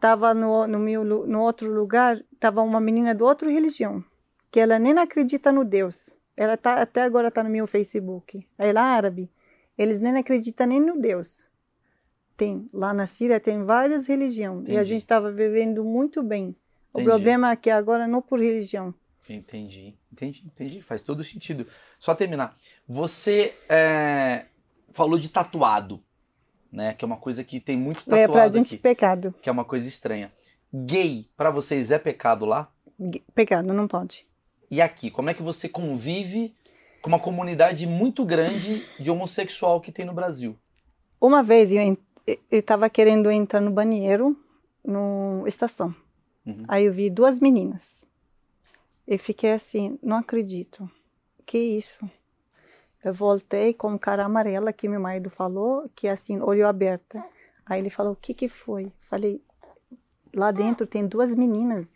Speaker 1: Tava no no meu lu- no outro lugar, tava uma menina de outra religião, que ela nem acredita no Deus. Ela tá até agora tá no meu Facebook. Ela é árabe. Eles nem acreditam nem no Deus. Tem lá na Síria tem várias religiões e a
Speaker 2: Entendi.
Speaker 1: gente estava vivendo muito bem. O
Speaker 2: Entendi.
Speaker 1: problema é que agora não por religião.
Speaker 2: Entendi, entendi, entendi. Faz todo sentido. Só terminar. Você é, falou de tatuado, né? Que é uma coisa que tem muito
Speaker 1: É
Speaker 2: tatuado
Speaker 1: pra gente
Speaker 2: aqui,
Speaker 1: pecado.
Speaker 2: que é uma coisa estranha. Gay, pra vocês é pecado lá?
Speaker 1: Gu- Pecado, não pode.
Speaker 2: E aqui, como é que você convive com uma comunidade muito grande de homossexual que tem no Brasil?
Speaker 1: Uma vez eu estava querendo entrar no banheiro, no estação.
Speaker 2: Uhum.
Speaker 1: Aí eu vi duas meninas. E fiquei assim, não acredito. Que isso? Eu voltei com um cara amarela que meu marido falou, que assim, olho aberta. Aí ele falou, o que que foi? Falei, lá dentro tem duas meninas.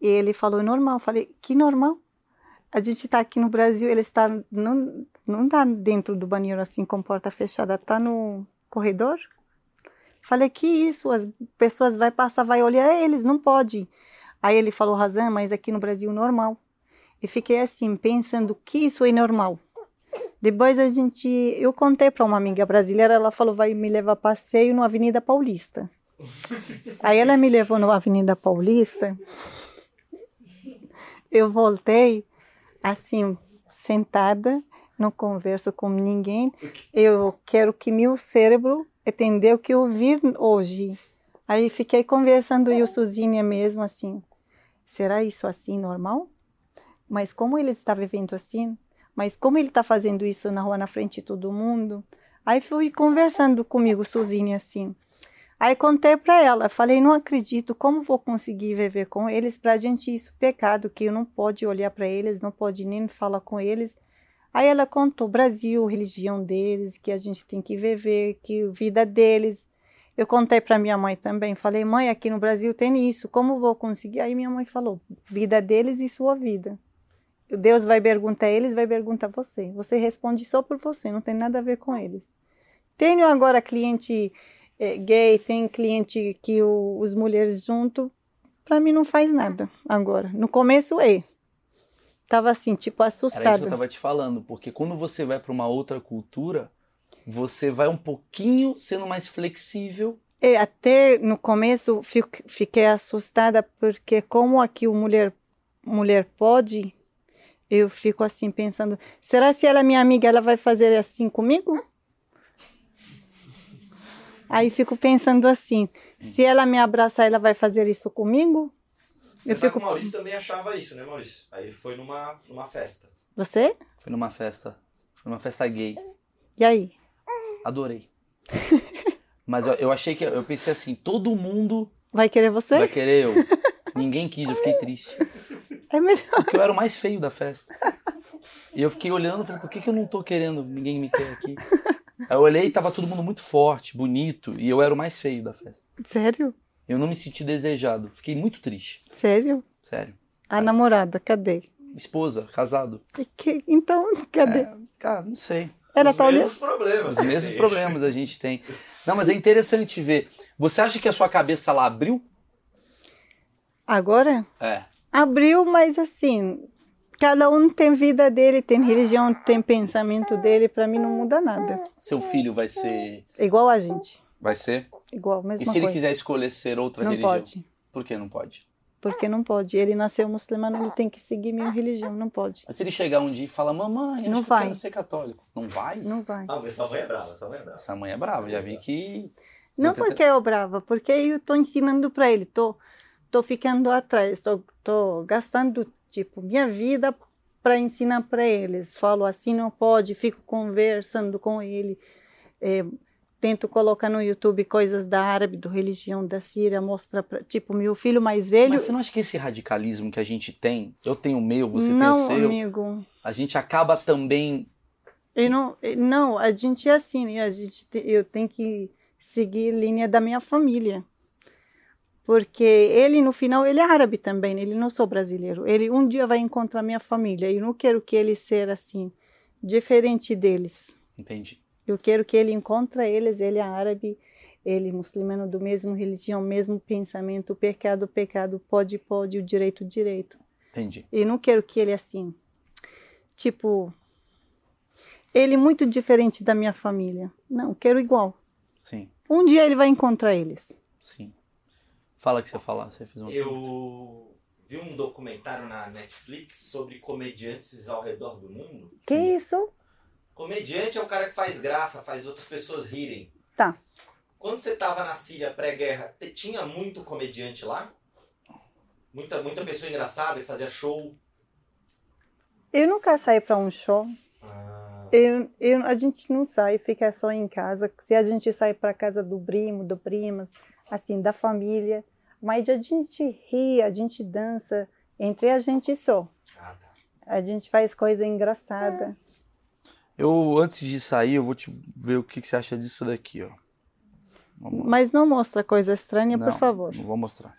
Speaker 1: E ele falou, normal. Falei, que normal? A gente está aqui no Brasil, eles tá está não não tá dentro do banheiro assim com porta fechada, tá no corredor. Falei que isso, as pessoas vai passar, vai olhar eles, não pode. Aí ele falou razão, mas aqui no Brasil normal. E fiquei assim pensando que isso é normal. Depois a gente, eu contei para uma amiga brasileira, ela falou vai me levar passeio na Avenida Paulista. Aí ela me levou na Avenida Paulista. Eu voltei assim sentada, não converso com ninguém. Eu quero que meu cérebro entenda o que eu vi hoje. Aí fiquei conversando eu sozinha mesmo assim. Será isso assim normal? Mas como ele está vivendo assim? Mas como ele está fazendo isso na rua na frente de todo mundo? Aí fui conversando comigo sozinha assim. Aí contei para ela, falei, não acredito, como vou conseguir viver com eles? Para a gente isso é pecado, que eu não pode olhar para eles, não pode nem falar com eles. Aí ela contou Brasil, religião deles, que a gente tem que viver, que vida deles. Eu contei para minha mãe também, falei, mãe, aqui no Brasil tem isso, como vou conseguir? Aí minha mãe falou, vida deles e sua vida. Deus vai perguntar a eles, vai perguntar a você. Você responde só por você, não tem nada a ver com eles. Tenho agora cliente eh, gay, tem cliente que o, os mulheres junto, para mim não faz nada agora. No começo é. Tava assim, tipo
Speaker 2: Era isso que eu
Speaker 1: assustada.
Speaker 2: tava te falando, porque quando você vai pra uma outra cultura, você vai um pouquinho sendo mais flexível.
Speaker 1: É, até no começo fic- fiquei assustada porque como aqui o mulher mulher pode, eu fico assim pensando, será se ela é minha amiga, ela vai fazer assim comigo? Aí fico pensando assim, se ela me abraçar, ela vai fazer isso comigo? Eu
Speaker 3: Apesar
Speaker 1: fico,
Speaker 3: que o Maurício também achava isso, né, Maurício? Aí ele foi numa, numa festa.
Speaker 1: você?
Speaker 2: Foi numa festa, foi numa festa gay.
Speaker 1: E aí?
Speaker 2: Adorei. Mas eu, eu achei que, eu pensei assim, todo mundo
Speaker 1: Vai querer
Speaker 2: vai
Speaker 1: você?
Speaker 2: querer eu. Ninguém quis, eu fiquei triste.
Speaker 1: É melhor.
Speaker 2: Porque eu era o mais feio da festa. E eu fiquei olhando, falei, por que, que eu não tô querendo, ninguém me quer aqui? Aí eu olhei e tava todo mundo muito forte, bonito, e eu era o mais feio da festa.
Speaker 1: Sério?
Speaker 2: Eu não me senti desejado, fiquei muito triste,
Speaker 1: Sério?
Speaker 2: sério.
Speaker 1: A namorada, cadê?
Speaker 2: Esposa, casado.
Speaker 1: E que- então, cadê?
Speaker 2: Cara, não sei.
Speaker 1: Ela
Speaker 3: É, Os
Speaker 1: tá olhando?
Speaker 3: mesmos problemas.
Speaker 2: Os mesmos
Speaker 3: gente.
Speaker 2: problemas a gente tem. Não, mas é interessante ver. Você acha que a sua cabeça lá abriu?
Speaker 1: Agora?
Speaker 2: É.
Speaker 1: abriu, mas assim, cada um tem vida dele, tem religião, tem pensamento dele, pra mim não muda nada.
Speaker 2: Seu filho vai ser.
Speaker 1: Igual a gente,
Speaker 2: Vai ser?
Speaker 1: igual, mesma
Speaker 2: E se ele
Speaker 1: coisa.
Speaker 2: quiser escolher ser outra
Speaker 1: não
Speaker 2: religião?
Speaker 1: pode,
Speaker 2: Por que não pode?
Speaker 1: porque não pode. Ele nasceu muçulmano, ele tem que seguir minha religião, não pode.
Speaker 2: Mas se ele chegar um dia e falar, mamãe, acho
Speaker 1: Não
Speaker 2: que eu
Speaker 1: vai.
Speaker 2: quero ser católico. Não vai?
Speaker 1: Não vai.
Speaker 3: Ah, mas sua mãe é brava, sua mãe é brava.
Speaker 2: Essa mãe é brava, já vi que.
Speaker 1: Não
Speaker 2: Eu tento-
Speaker 1: porque eu brava, porque eu tô ensinando pra ele, tô tô ficando atrás, tô, tô gastando tipo minha vida para ensinar pra eles. Falo assim não pode, fico conversando com ele, eh, tento colocar no YouTube coisas da árabe, do religião da Síria, mostra pra, tipo meu filho mais velho.
Speaker 2: Mas você não acha que esse radicalismo que a gente tem, eu tenho o meu, você
Speaker 1: não,
Speaker 2: tem o seu,
Speaker 1: amigo.
Speaker 2: a gente acaba também.
Speaker 1: Eu não, eh, não, a gente é assim, né? A gente, te- eu tenho que seguir linha da minha família. Porque ele, no final, ele é árabe também, ele não sou brasileiro. Ele um dia vai encontrar minha família. Eu não quero que ele seja assim, diferente deles.
Speaker 2: Entendi.
Speaker 1: Eu quero que ele encontre eles, ele é árabe, ele é muçulmano do mesmo religião, mesmo pensamento, pecado, pecado, pode, pode, o direito, direito.
Speaker 2: Entendi.
Speaker 1: Eu não quero que ele assim. Tipo, ele é muito diferente da minha família. Não, quero igual.
Speaker 2: Sim,
Speaker 1: Um dia ele vai encontrar eles.
Speaker 2: sim. Fala o que você ia falar, você fez uma pergunta.
Speaker 3: Eu vi um documentário na Netflix sobre comediantes ao redor do mundo.
Speaker 1: Que isso?
Speaker 3: Comediante é o cara que faz graça, faz outras pessoas rirem.
Speaker 1: Tá.
Speaker 3: Quando você tava na Síria pré-guerra, te- tinha muito comediante lá? Muita, muita pessoa engraçada que fazia show.
Speaker 1: Eu nunca saí para um show.
Speaker 3: Ah,
Speaker 1: Eu, eu, a gente não sai, fica só em casa. Se a gente sai para casa do primo, do prima, assim, da família, mas a gente ri, a gente dança entre a gente só.
Speaker 3: ah, tá.
Speaker 1: A gente faz coisa engraçada.
Speaker 2: Eu, antes de sair, eu vou te ver o que, que você acha disso daqui, ó. Vamos lá.
Speaker 1: É. Mas não mostra coisa estranha, por
Speaker 2: Não,
Speaker 1: favor.
Speaker 2: Não vou mostrar.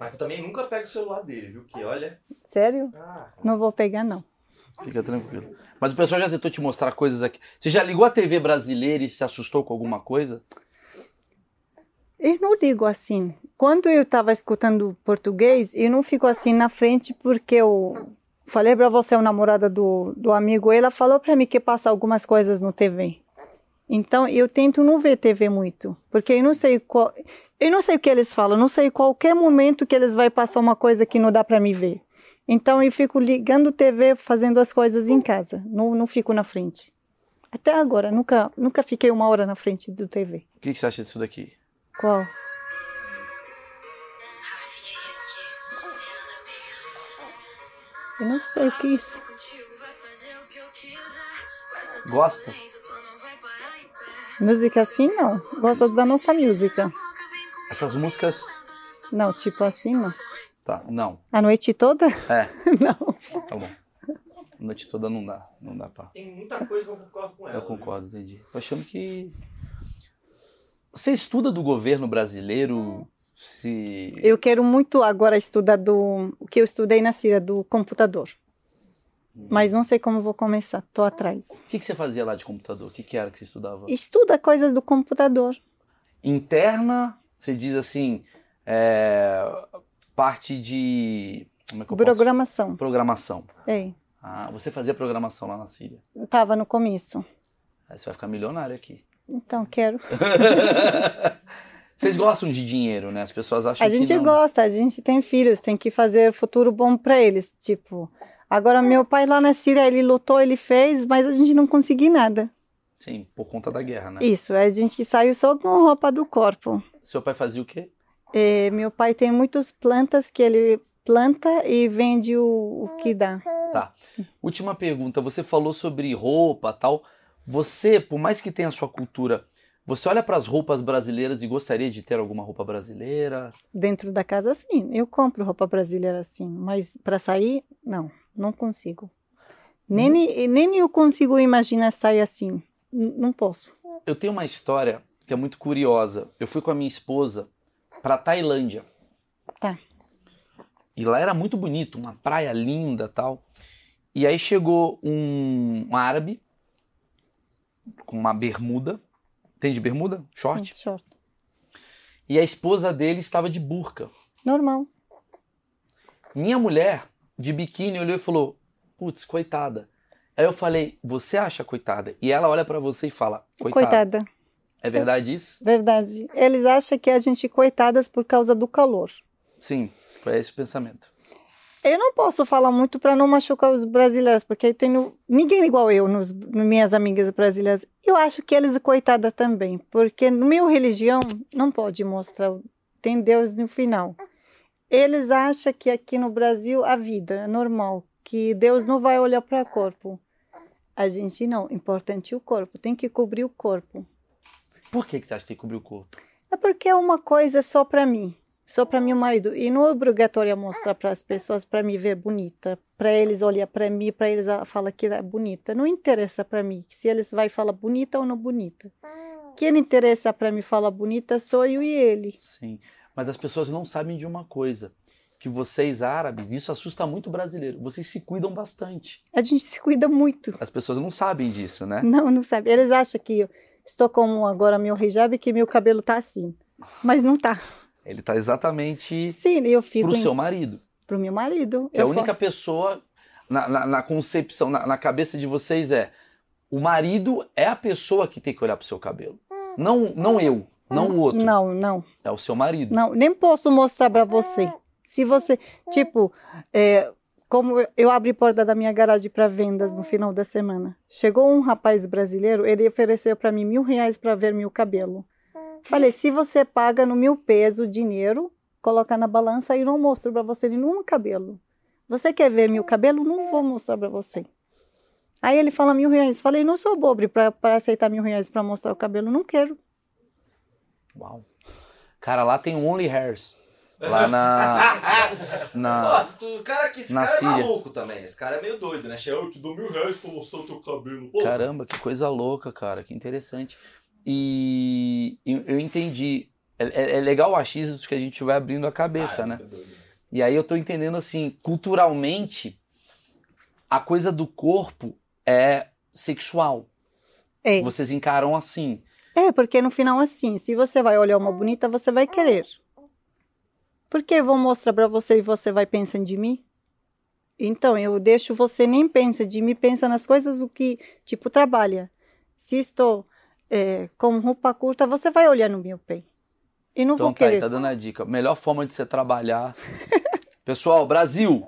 Speaker 3: Mas eu também nunca pego o celular dele, viu? Que olha.
Speaker 1: Sério?
Speaker 3: Ah,
Speaker 1: Não vou pegar, não.
Speaker 2: Fica tranquilo. Mas o pessoal já tentou te mostrar coisas aqui. Você já ligou a TV brasileira e se assustou com alguma coisa?
Speaker 1: Eu não digo assim. Quando eu estava escutando português, eu não fico assim na frente porque eu falei para você, a namorada do, do amigo, ela falou para mim que passa algumas coisas no TV. Então eu tento não ver TV muito, porque eu não sei qual, eu não sei o que eles falam, não sei qualquer momento que eles vai passar uma coisa que não dá para mim ver. Então eu fico ligando TV, fazendo as coisas em casa, não, não fico na frente. Até agora nunca nunca fiquei uma hora na frente do TV.
Speaker 2: O que, que você acha disso daqui?
Speaker 1: Qual? Eu não sei o que é isso.
Speaker 2: Gosta?
Speaker 1: Música assim não. Gosto da nossa música.
Speaker 2: Essas músicas.
Speaker 1: Não, tipo assim não.
Speaker 2: Tá, não.
Speaker 1: A noite toda? *laughs*
Speaker 2: É,
Speaker 1: Não.
Speaker 2: tá bom. A noite toda não dá. Não dá pra.
Speaker 3: tem muita coisa que eu concordo com ela. né?
Speaker 2: Eu concordo, entendi. Tô achando que. Você estuda do governo brasileiro se.
Speaker 1: Eu quero muito agora estudar do o que eu estudei na Síria do computador. Mas não sei como vou começar. Tô atrás.
Speaker 2: O que, que você fazia lá de computador? O que, que era que você estudava?
Speaker 1: Estuda coisas do computador.
Speaker 2: Interna, você diz assim. é, parte de. Como é que eu posso-
Speaker 1: Programação.
Speaker 2: Programação.
Speaker 1: É.
Speaker 2: Ah, você fazia programação lá na Síria.
Speaker 1: Tava no começo.
Speaker 2: Aí você vai ficar
Speaker 1: *laughs*
Speaker 2: milionário aqui.
Speaker 1: Então quero.
Speaker 2: Vocês gostam de dinheiro, né? As pessoas acham
Speaker 1: A
Speaker 2: que
Speaker 1: gente
Speaker 2: não.
Speaker 1: gosta, a gente tem filhos, tem que fazer futuro bom para eles. Tipo, agora meu pai lá na Síria, ele lutou, ele fez, mas a gente não conseguiu nada.
Speaker 2: Sim, por conta da guerra, né?
Speaker 1: Isso, a gente que saiu só com roupa do corpo.
Speaker 2: Seu pai fazia o quê?
Speaker 1: É, meu pai tem muitas plantas que ele planta e vende o, o que dá.
Speaker 2: Última pergunta, você falou sobre roupa tal. Você, por mais que tenha a sua cultura, você olha para as roupas brasileiras e gostaria de ter alguma roupa brasileira?
Speaker 1: Dentro da casa, sim. Eu compro roupa brasileira assim, mas para sair, não, não consigo.
Speaker 2: Hum.
Speaker 1: Nem, nem eu consigo imaginar sair assim. N- não posso.
Speaker 2: Eu tenho uma história que é muito curiosa. Eu fui com a minha esposa para Tailândia.
Speaker 1: Tá.
Speaker 2: E lá era muito bonito, uma praia linda tal. E aí chegou um, um árabe com uma bermuda. Tem de bermuda? Short?
Speaker 1: Sim, short.
Speaker 2: E a esposa dele estava de burca.
Speaker 1: Normal.
Speaker 2: Minha mulher, de biquíni, olhou e falou: Putz, coitada. Aí eu falei: Você acha coitada? E ela olha pra você e fala: Coitada.
Speaker 1: Coitada.
Speaker 2: É verdade isso?
Speaker 1: Verdade. Eles acham que a gente é coitadas por causa do calor.
Speaker 2: Sim, foi esse o pensamento.
Speaker 1: Eu não posso falar muito para não machucar os brasileiros, porque eu tenho ninguém é igual eu nos, nas minhas amigas brasileiras. Eu acho que eles é coitada também, porque no meu religião não pode mostrar tem Deus no final. Eles acham que aqui no Brasil a vida é normal, que Deus não vai olhar para o corpo. A gente não, importante é o corpo, tem que cobrir o corpo.
Speaker 2: Por que, que você acha que tem que cobrir o corpo?
Speaker 1: É porque é uma coisa só para mim, só para meu marido. E não é obrigatório mostrar para as pessoas para me ver bonita, para eles olhar para mim, para eles ah, falar que é bonita. Não interessa para mim se eles vai falar bonita ou não bonita.
Speaker 2: Ah.
Speaker 1: Quem interessa para mim falar bonita sou eu e ele.
Speaker 2: Sim. Mas as pessoas não sabem de uma coisa: que vocês árabes, isso assusta muito o brasileiro, vocês se cuidam bastante.
Speaker 1: A gente se cuida muito.
Speaker 2: As pessoas não sabem disso, né?
Speaker 1: Não, não sabe. Eles acham que eu estou como agora meu hijab que meu cabelo tá assim, mas não tá.
Speaker 2: Ele tá exatamente
Speaker 1: Sim, eu fico
Speaker 2: pro
Speaker 1: em-
Speaker 2: seu marido.
Speaker 1: pro meu marido.
Speaker 2: Que é a
Speaker 1: Eu fa-
Speaker 2: única pessoa na, na- na concepção, na, na cabeça de vocês é o marido é a pessoa que tem que olhar pro seu cabelo. Não, não eu, não o outro.
Speaker 1: Não, não.
Speaker 2: É o seu marido.
Speaker 1: Não, nem posso mostrar para você. Se você, tipo, é, como eu abri porta da minha garagem para vendas no final da semana, chegou um rapaz brasileiro, ele ofereceu para mim mil reais para ver meu cabelo. Falei, se você paga no meu peso o dinheiro, coloca na balança e não mostro para você nenhum cabelo. Você quer ver meu cabelo? Não vou mostrar para você. Aí ele fala mil reais. Falei, não sou pobre para aceitar mil reais para mostrar o cabelo, não quero.
Speaker 2: Uau. Cara, lá tem o Only Hairs.
Speaker 1: *laughs*
Speaker 2: Lá na. na
Speaker 3: Nossa, tu- o cara que esse
Speaker 2: Na
Speaker 3: cara é
Speaker 2: Síria.
Speaker 3: maluco também. Esse cara é meio doido, né? Chega, eu te dou mil reais pra mostrar o teu cabelo. Pô,
Speaker 2: caramba, que coisa louca, cara. Que interessante. E eu eu entendi. É, é- é legal o achismo que a gente vai abrindo a
Speaker 3: cara,
Speaker 2: cabeça, né?
Speaker 3: muito tá doido.
Speaker 2: E aí eu tô entendendo assim, culturalmente, a coisa do corpo é sexual.
Speaker 1: É.
Speaker 2: Vocês encaram assim.
Speaker 1: É, porque no final assim, se você vai olhar uma bonita, você vai querer. Porque eu vou mostrar pra você e você vai pensar de mim? Então, eu deixo você nem pensa de mim, pensa nas coisas do que, tipo, trabalha. Se estou eh, com roupa curta, você vai olhar no meu pé. E não
Speaker 2: Então
Speaker 1: vou
Speaker 2: tá, aí,
Speaker 1: querer.
Speaker 2: tá dando a dica. Melhor forma de você trabalhar. *laughs* Pessoal, Brasil,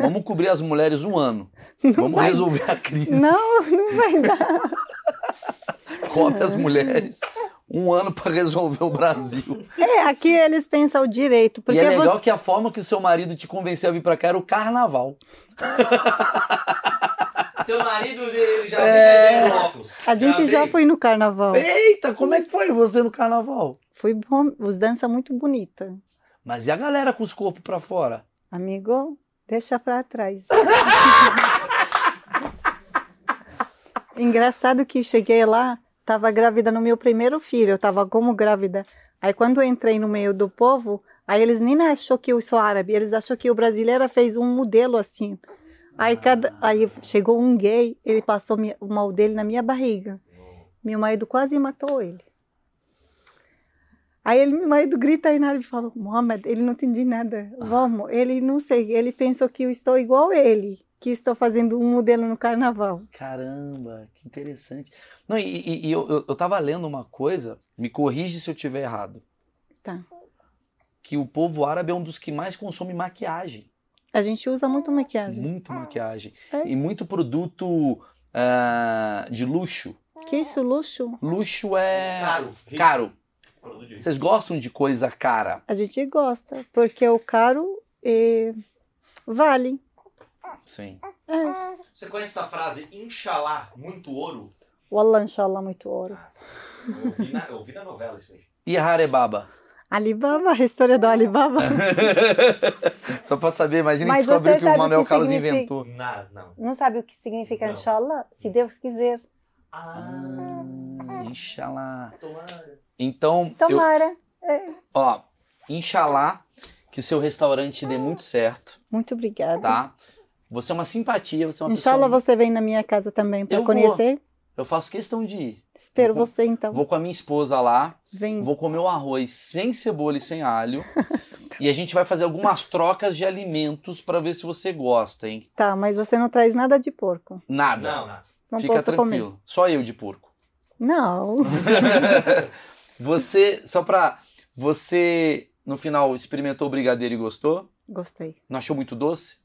Speaker 2: vamos cobrir as mulheres um ano. vamos
Speaker 1: vai.
Speaker 2: resolver a crise.
Speaker 1: Não, não vai dar.
Speaker 2: Cobre as mulheres um ano pra resolver o Brasil.
Speaker 1: É, aqui eles pensam o direito. Porque
Speaker 2: e é legal
Speaker 1: você...
Speaker 2: que a forma que seu marido te convenceu a vir pra cá era o carnaval.
Speaker 3: Ah, Teu marido, ele já
Speaker 2: É.
Speaker 3: vem vendendo óculos.
Speaker 1: A gente já
Speaker 3: vem.
Speaker 1: foi no carnaval.
Speaker 2: Eita, como é que foi você no carnaval?
Speaker 1: Foi bom, os dança muito bonita.
Speaker 2: Mas e a galera com os corpos pra fora?
Speaker 1: Amigo, deixa pra trás. Engraçado que cheguei lá, tava grávida no meu primeiro filho, eu tava como grávida. Aí quando eu entrei no meio do povo, aí eles nem achou que eu sou árabe, eles achou que o brasileiro fez um modelo assim. Aí cada, aí chegou um gay, ele passou minha- o mal dele na minha barriga. Meu marido quase matou ele. Aí ele, meu marido grita aí na árabe e fala, Mohamed, ele não entende nada. Vamos, ele não sei, ele pensou que eu estou igual a ele, que estou fazendo um modelo no carnaval.
Speaker 2: Caramba, que interessante. Não, e, e- e eu, eu, eu tava lendo uma coisa, me corrige se eu tiver errado,
Speaker 1: Tá.
Speaker 2: que o povo árabe é um dos que mais consome maquiagem,
Speaker 1: A gente usa muito maquiagem.
Speaker 2: muito maquiagem,
Speaker 1: É.
Speaker 2: e muito produto ah, de luxo.
Speaker 5: Uhum.
Speaker 1: Que isso, luxo?
Speaker 2: Luxo é
Speaker 3: Caro. Ah, rico,
Speaker 2: caro.
Speaker 3: produto de rico.
Speaker 2: Vocês gostam de coisa cara?
Speaker 1: A gente gosta, porque o caro eh, vale.
Speaker 2: Sim.
Speaker 1: É.
Speaker 3: Você conhece essa frase, Inxalá, muito ouro? Ah,
Speaker 1: O Allah, inshallah, muito ouro.
Speaker 3: Eu vi na, eu vi na novela isso aí.
Speaker 2: E Harebaba?
Speaker 1: Alibaba, a história do Alibaba.
Speaker 2: Só pra saber, imagina que
Speaker 5: Mas
Speaker 2: descobriu
Speaker 5: você
Speaker 2: que o
Speaker 5: sabe o
Speaker 2: Manuel
Speaker 5: que
Speaker 2: Carlos
Speaker 5: significa?
Speaker 2: inventou.
Speaker 3: Nas, não.
Speaker 5: *laughs* Não sabe o que significa
Speaker 3: Não.
Speaker 5: inshallah? Se Deus quiser.
Speaker 3: Ah,
Speaker 2: Hum, Inxalá.
Speaker 3: tomara.
Speaker 2: Então, eu,
Speaker 5: Tomara.
Speaker 2: Ó, inxalá que seu restaurante dê muito certo,
Speaker 1: Muito obrigada.
Speaker 2: tá? Você é uma simpatia, você é uma
Speaker 1: Inshallah,
Speaker 2: pessoa...
Speaker 1: você vem na minha casa também
Speaker 2: Eu
Speaker 1: para
Speaker 2: vou.
Speaker 1: conhecer.
Speaker 2: Eu faço questão de ir.
Speaker 1: Espero
Speaker 2: Eu vou.
Speaker 1: você então.
Speaker 2: Vou com a minha esposa lá,
Speaker 1: Vem.
Speaker 2: vou comer o arroz sem cebola e sem
Speaker 1: *laughs*
Speaker 2: alho. e a gente vai fazer algumas trocas de alimentos pra ver se você gosta, hein?
Speaker 1: Tá, mas você não traz nada de porco.
Speaker 2: Nada.
Speaker 3: Não, não.
Speaker 1: Não
Speaker 2: Fica
Speaker 1: posso
Speaker 2: tranquilo.
Speaker 1: comer.
Speaker 2: Só eu de porco.
Speaker 1: Não. *laughs*
Speaker 2: Você, só pra. Você, no final, experimentou o brigadeiro e gostou?
Speaker 1: Gostei.
Speaker 2: Não achou muito doce?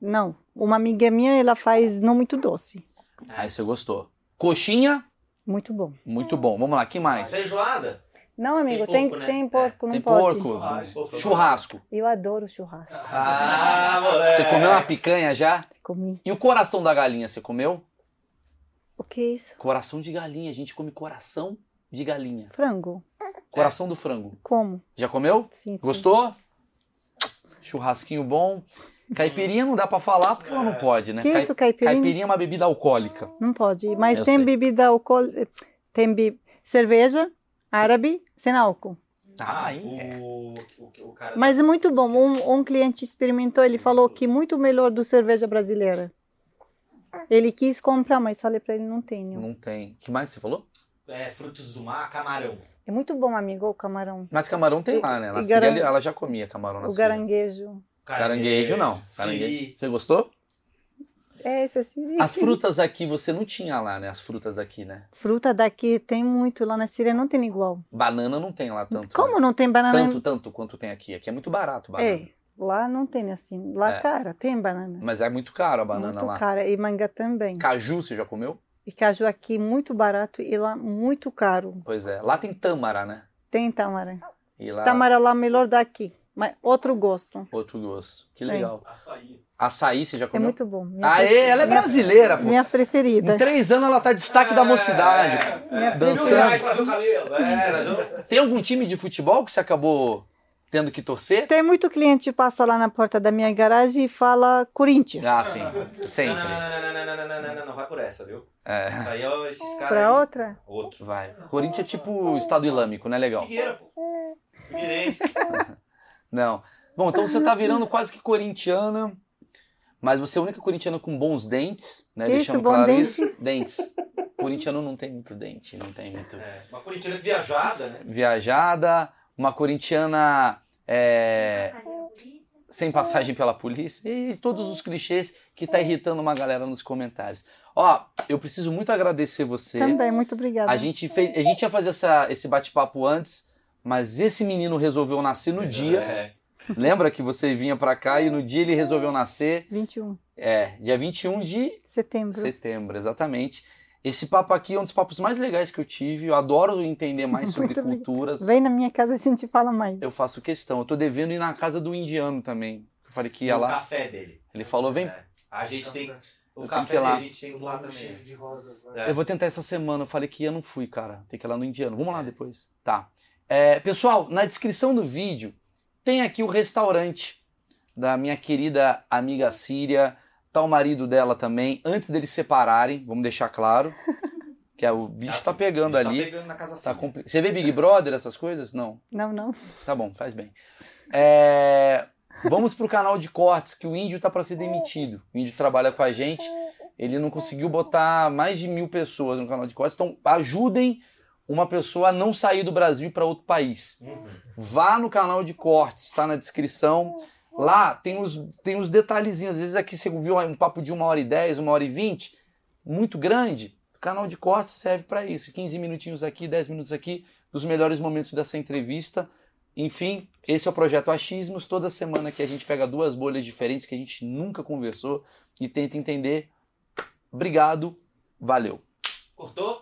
Speaker 1: Não. Uma amiga minha, ela faz não muito doce.
Speaker 2: Aí você gostou. Coxinha?
Speaker 1: Muito bom.
Speaker 2: Muito bom. Vamos lá, que mais?
Speaker 3: Feijoada?
Speaker 5: Não, amigo,
Speaker 3: Tem
Speaker 5: tem,
Speaker 3: porco, né?
Speaker 5: tem porco, não
Speaker 2: Tem
Speaker 5: pode.
Speaker 2: porco?
Speaker 3: Churrasco.
Speaker 2: Churrasco.
Speaker 5: Eu adoro churrasco.
Speaker 3: Ah, moleque.
Speaker 2: Você comeu uma picanha já?
Speaker 1: Comi.
Speaker 2: E o coração da galinha, você comeu?
Speaker 5: O que é isso?
Speaker 2: Coração de galinha, a gente come coração de galinha.
Speaker 1: Frango.
Speaker 2: Coração do frango.
Speaker 1: Como?
Speaker 2: Já comeu?
Speaker 1: Sim, sim.
Speaker 2: Gostou? Churrasquinho bom. Caipirinha não dá pra falar porque
Speaker 3: É.
Speaker 2: ela não pode, né?
Speaker 1: Que
Speaker 2: Cai-
Speaker 1: isso, caipirinha?
Speaker 2: Caipirinha é uma bebida alcoólica.
Speaker 1: Não pode. Mas
Speaker 2: Eu
Speaker 1: tem
Speaker 2: sei.
Speaker 1: bebida alcoólica. Tem be... cerveja árabe sem álcool.
Speaker 3: Ah,
Speaker 2: hein?
Speaker 3: o, o, o cara.
Speaker 1: Mas é muito bom. Um, um cliente experimentou, ele falou que muito melhor do cerveja brasileira. Ele quis comprar, mas falei pra ele, não tenho.
Speaker 2: Não tem. que mais você falou?
Speaker 3: É, frutos do mar, camarão.
Speaker 1: É muito bom, amigo, o camarão.
Speaker 2: Mas camarão tem lá, né? Na
Speaker 1: E
Speaker 2: Síria
Speaker 1: garan-
Speaker 2: ela já comia camarão na
Speaker 1: O
Speaker 2: Síria.
Speaker 1: garanguejo.
Speaker 2: Caranguejo não.
Speaker 3: Siri.
Speaker 2: Caranguejo. Você gostou?
Speaker 1: *laughs* É, esse assim.
Speaker 2: As frutas aqui você não tinha lá, né? As frutas daqui, né?
Speaker 1: Fruta daqui tem muito, lá na Síria não tem igual.
Speaker 2: Banana não tem lá tanto. né?
Speaker 1: Como não tem banana?
Speaker 2: Tanto, tanto quanto tem aqui. Aqui é muito barato o
Speaker 1: Ah,
Speaker 2: banana.
Speaker 1: É, Lá não tem assim. Lá,
Speaker 2: É.
Speaker 1: cara, tem banana.
Speaker 2: Mas é muito caro a banana
Speaker 1: muito
Speaker 2: lá.
Speaker 1: cara. E manga também.
Speaker 2: Caju, você já comeu?
Speaker 1: E caju aqui muito barato e lá muito caro.
Speaker 2: Pois é. Lá tem tâmara, né?
Speaker 1: Tem tâmara.
Speaker 2: E lá,
Speaker 1: Tâmara lá melhor daqui. Mas outro gosto.
Speaker 2: outro gosto. Que
Speaker 1: Tem.
Speaker 2: legal.
Speaker 3: Açaí.
Speaker 2: Açaí, você já
Speaker 1: É
Speaker 2: comeu?
Speaker 1: muito bom. Minha
Speaker 2: Aê,
Speaker 1: prefe-
Speaker 2: ela é
Speaker 1: minha,
Speaker 2: brasileira, pô.
Speaker 1: minha preferida.
Speaker 2: Em três anos ela tá destaque
Speaker 3: É.
Speaker 2: da mocidade.
Speaker 1: Minha
Speaker 3: Mil
Speaker 2: Dançando.
Speaker 3: reais pra ver o cabelo. É, mas eu-
Speaker 2: Tem algum time de futebol que você acabou tendo que torcer?
Speaker 1: Tem muito cliente que passa lá na porta da minha garagem e fala Corinthians.
Speaker 2: Ah, sim.
Speaker 3: Não, não,
Speaker 2: Sempre.
Speaker 3: não, não, não, não, não, não, não, não, não, não, vai por essa, viu?
Speaker 2: É.
Speaker 3: Isso aí, ó, esses caras.
Speaker 1: Pra
Speaker 3: aí.
Speaker 1: outra?
Speaker 3: Outro.
Speaker 2: Vai. Corinthians é tipo Estado Islâmico, né? Legal.
Speaker 3: Figueira, pô.
Speaker 2: *laughs*
Speaker 3: Figueirense.
Speaker 2: Não. Bom, então você tá virando quase que corintiana, mas você é a única corintiana com bons dentes, né?
Speaker 1: Que
Speaker 2: Deixando
Speaker 1: isso, bom
Speaker 2: claro
Speaker 1: dente?
Speaker 2: isso. Dentes. Corintiano não tem muito dente, não tem muito.
Speaker 3: É, uma corintiana viajada, né?
Speaker 2: Viajada, uma corintiana é, sem passagem pela polícia e todos os clichês que tá irritando uma galera nos comentários. Ó, eu preciso muito agradecer você.
Speaker 1: Também, muito obrigada.
Speaker 2: A gente, fez, a gente ia fazer essa- esse bate-papo antes, mas esse menino resolveu nascer no Um dia.
Speaker 3: É.
Speaker 2: Lembra que você vinha pra cá e no dia ele resolveu nascer?
Speaker 1: 21
Speaker 2: É, dia 21 de
Speaker 1: de setembro.
Speaker 2: setembro, exatamente. Esse papo aqui é um dos papos mais legais que eu tive. Eu adoro
Speaker 1: *laughs*
Speaker 2: entender mais sobre
Speaker 1: Muito obrigada.
Speaker 2: culturas.
Speaker 1: Vem na minha casa e a gente fala mais.
Speaker 2: Eu faço questão. Eu tô devendo ir na casa do indiano também. Eu falei que ia
Speaker 3: O
Speaker 2: lá.
Speaker 3: café dele.
Speaker 2: Ele falou, vem.
Speaker 3: É. A gente tem. O
Speaker 2: Eu tenho que
Speaker 3: café
Speaker 2: ir
Speaker 3: dele
Speaker 2: lá.
Speaker 3: a gente tem lá também.
Speaker 6: de rosas, né?
Speaker 3: É.
Speaker 2: Eu vou tentar essa semana. Eu falei que ia, não fui, cara. Tem que ir lá no indiano. Vamos lá depois. Tá. É, pessoal, na descrição do vídeo tem aqui o restaurante da minha querida amiga Síria. Tá o marido dela também. Antes deles separarem, vamos deixar claro. Que é, o bicho tá pegando
Speaker 3: Ele tá
Speaker 2: ali.
Speaker 3: pegando na casa
Speaker 2: Tá
Speaker 3: Sim.
Speaker 2: compli- Você vê Big Brother, essas coisas? Não.
Speaker 1: Não, não.
Speaker 2: Tá bom, faz bem. É, Vamos pro canal de cortes, que o índio tá para ser demitido. O índio trabalha com a gente. Ele não conseguiu botar mais de mil pessoas no canal de cortes. Então, ajudem uma pessoa a não sair do Brasil para outro país.
Speaker 3: Uhum.
Speaker 2: Vá no canal de cortes, tá na descrição. Lá tem os, tem os detalhezinhos. Às vezes aqui você viu um papo de uma hora e dez, uma hora e vinte, muito grande. O canal de cortes serve para isso. 15 minutinhos aqui, 10 minutos aqui, dos melhores momentos dessa entrevista. Enfim, esse é o projeto Achismos. Toda semana que a gente pega duas bolhas diferentes que a gente nunca conversou e tenta entender. Obrigado, valeu.
Speaker 3: Cortou?